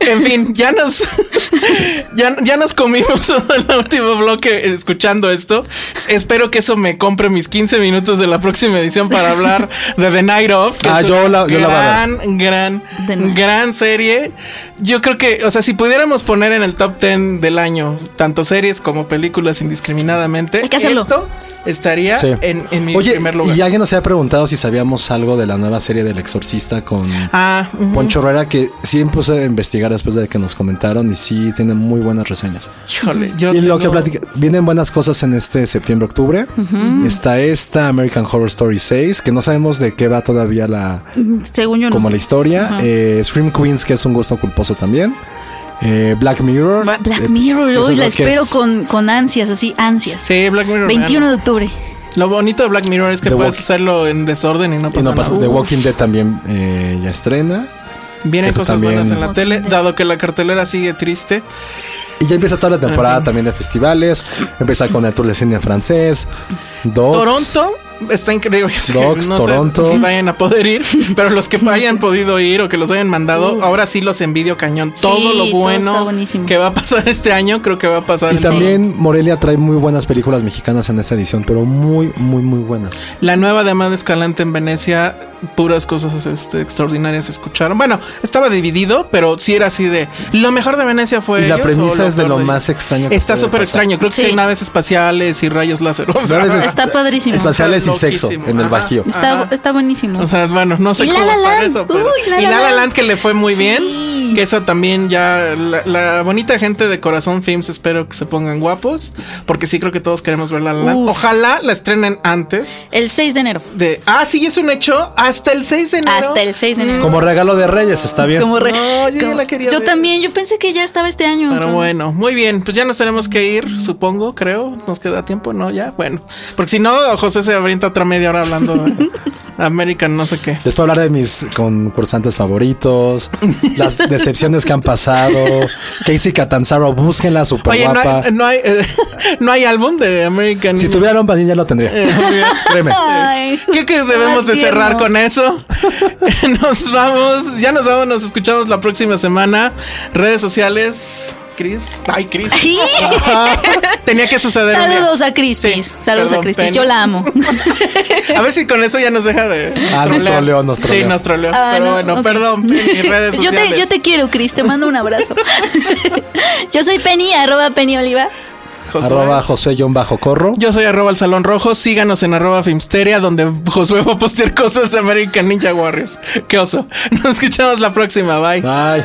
S3: En fin, ya nos ya, ya nos comimos <laughs> el último bloque escuchando esto. Espero que eso me compre mis 15 minutos de la próxima edición para hablar de The Night Of. que
S2: Ah,
S3: es
S2: yo
S3: una
S2: la- yo la voy a
S3: gran, gran,
S4: The Night.
S3: gran serie. Yo creo que, o sea, si pudiéramos poner en el top 10 del año tanto series como películas indiscriminadamente,
S4: Hay que hacerlo.
S3: esto estaría
S2: Sí.
S3: en, en mi
S2: Oye,
S3: primer lugar.
S2: y alguien nos había preguntado si sabíamos algo de la nueva serie del Exorcista con
S3: Ah, ujú.
S2: Poncho Herrera, que sí puse a investigar después de que nos comentaron y sí tiene muy buenas reseñas.
S3: híjole, yo
S2: y lo que
S3: tengo-
S2: platica, vienen buenas cosas en este septiembre-octubre. Está esta American Horror Story 6, que no sabemos de qué va todavía la,
S4: Según yo no.
S2: como la historia. Eh, Scream Queens, que es un gusto culposo también. Eh, Black Mirror.
S4: Ba- Black
S2: Eh,
S4: Mirror,
S2: que eso
S4: hoy
S2: es
S4: la
S2: lo que
S4: espero
S2: es
S4: con, con ansias, así, ansias.
S3: Sí, Black Mirror.
S4: 21 de octubre.
S3: Lo bonito de Black Mirror es que
S2: The
S3: puedes
S2: Walking-
S3: hacerlo en desorden y no
S2: Y
S3: pasa,
S2: no pasa-
S3: nada.
S2: The Walking Dead también eh, ya estrena.
S3: Vienen
S2: Eso
S3: cosas
S2: también.
S3: buenas en la
S4: Walking
S3: tele,
S4: Dead.
S3: dado que la cartelera sigue triste.
S2: Y ya empieza toda la temporada también de festivales. Empieza con el Tour de Cine en francés. Docs.
S3: Toronto está increíble. Yo sé que
S2: Docs,
S3: no
S2: Toronto.
S3: sé si vayan a poder ir, pero los que hayan podido ir o que los hayan mandado, ahora sí los envidio cañón. todo
S4: todo
S3: lo
S4: está
S3: bueno
S4: buenísimo.
S3: que va a pasar este año, creo que va a pasar.
S2: Y
S3: en-
S2: también Morelia trae muy buenas películas mexicanas en esta edición, pero muy, muy, muy buenas.
S3: La nueva de Amanda Escalante en Venecia, puras cosas este, extraordinarias se escucharon. Bueno, estaba dividido, pero sí era así de lo mejor de Venecia fue.
S2: Y la
S3: ellos, o
S2: premisa es de
S3: peor
S2: lo más extraño que
S3: Está
S2: puede
S3: súper
S2: pasar.
S3: extraño. Creo que sí.
S4: Sí.
S3: hay naves espaciales y rayos láser. O sea,
S2: Naves
S4: Está padrísimo.
S2: Espaciales y sexo
S3: loquísimo.
S2: en el
S3: Ajá.
S2: Bajío.
S4: Está,
S3: Ajá.
S4: está buenísimo.
S3: <laughs> o sea, bueno, no sé
S4: Y La
S3: cómo
S4: La
S3: está
S4: Land.
S3: eso, pero-
S4: Uy, La
S3: y
S4: La
S3: La La
S4: Land.
S3: Land que le fue muy
S4: Sí.
S3: bien. Que esa también ya. La, la bonita gente de Corazón Films, espero que se pongan guapos. Porque sí creo que todos queremos ver La La Land.
S4: Uf.
S3: Ojalá la estrenen antes.
S4: el 6 de enero.
S3: De, ah, sí, es un hecho. Hasta el 6 de enero.
S4: Hasta el 6 de enero.
S2: Como regalo de Reyes, está bien.
S4: Como re-
S3: No, yo ya la quería
S4: yo
S3: ver.
S4: también, yo pensé que ya estaba este año.
S3: Pero bueno, muy bien. Pues ya nos tenemos que ir, supongo, creo. Nos queda tiempo, ¿no? Ya, bueno. Porque si no, José se avienta otra media hora hablando
S4: <laughs>
S3: de American, no sé qué.
S2: Les puedo hablar de mis concursantes favoritos,
S3: <laughs>
S2: las decepciones que han pasado. Casey Catanzaro, búsquenla, super
S3: Oye, no
S2: guapa.
S3: hay, no, hay, <laughs> eh, no hay álbum de American.
S2: Si tuviera un panilla lo tendría.
S3: Eh,
S2: Créeme.
S3: <laughs>
S4: Ay,
S3: Creo que debemos
S4: más
S3: de cerrar
S4: tierno.
S3: con eso. <laughs> nos vamos, ya nos vamos, nos escuchamos la próxima semana. Redes sociales, Chris. Ay, Chris.
S4: Sí.
S3: <laughs> Tenía que suceder. un día.
S4: Saludos a Crispis.
S3: Sí,
S4: Saludos
S3: perdón,
S4: a Crispis.
S3: Penny.
S4: Yo
S3: <laughs>
S4: la amo.
S3: A ver si con eso ya nos deja de.
S2: Ah, nos
S3: trolear.
S2: troleó, nos troleó.
S3: Sí, nos troleó.
S4: Ah,
S3: pero
S4: no,
S3: bueno,
S4: ok.
S3: perdón. Mis redes
S4: <laughs> yo,
S3: sociales.
S4: te, yo te quiero, Cris. Te mando un abrazo. <laughs> yo soy Penny, arroba Penny Oliva.
S3: Josué.
S2: Arroba Josué-Corro.
S3: Yo soy arroba el Salón Rojo. Síganos en arroba Filmsteria, donde Josué va a postear <laughs> cosas de American Ninja Warriors. Qué oso. Nos escuchamos la próxima. Bye.
S2: Bye.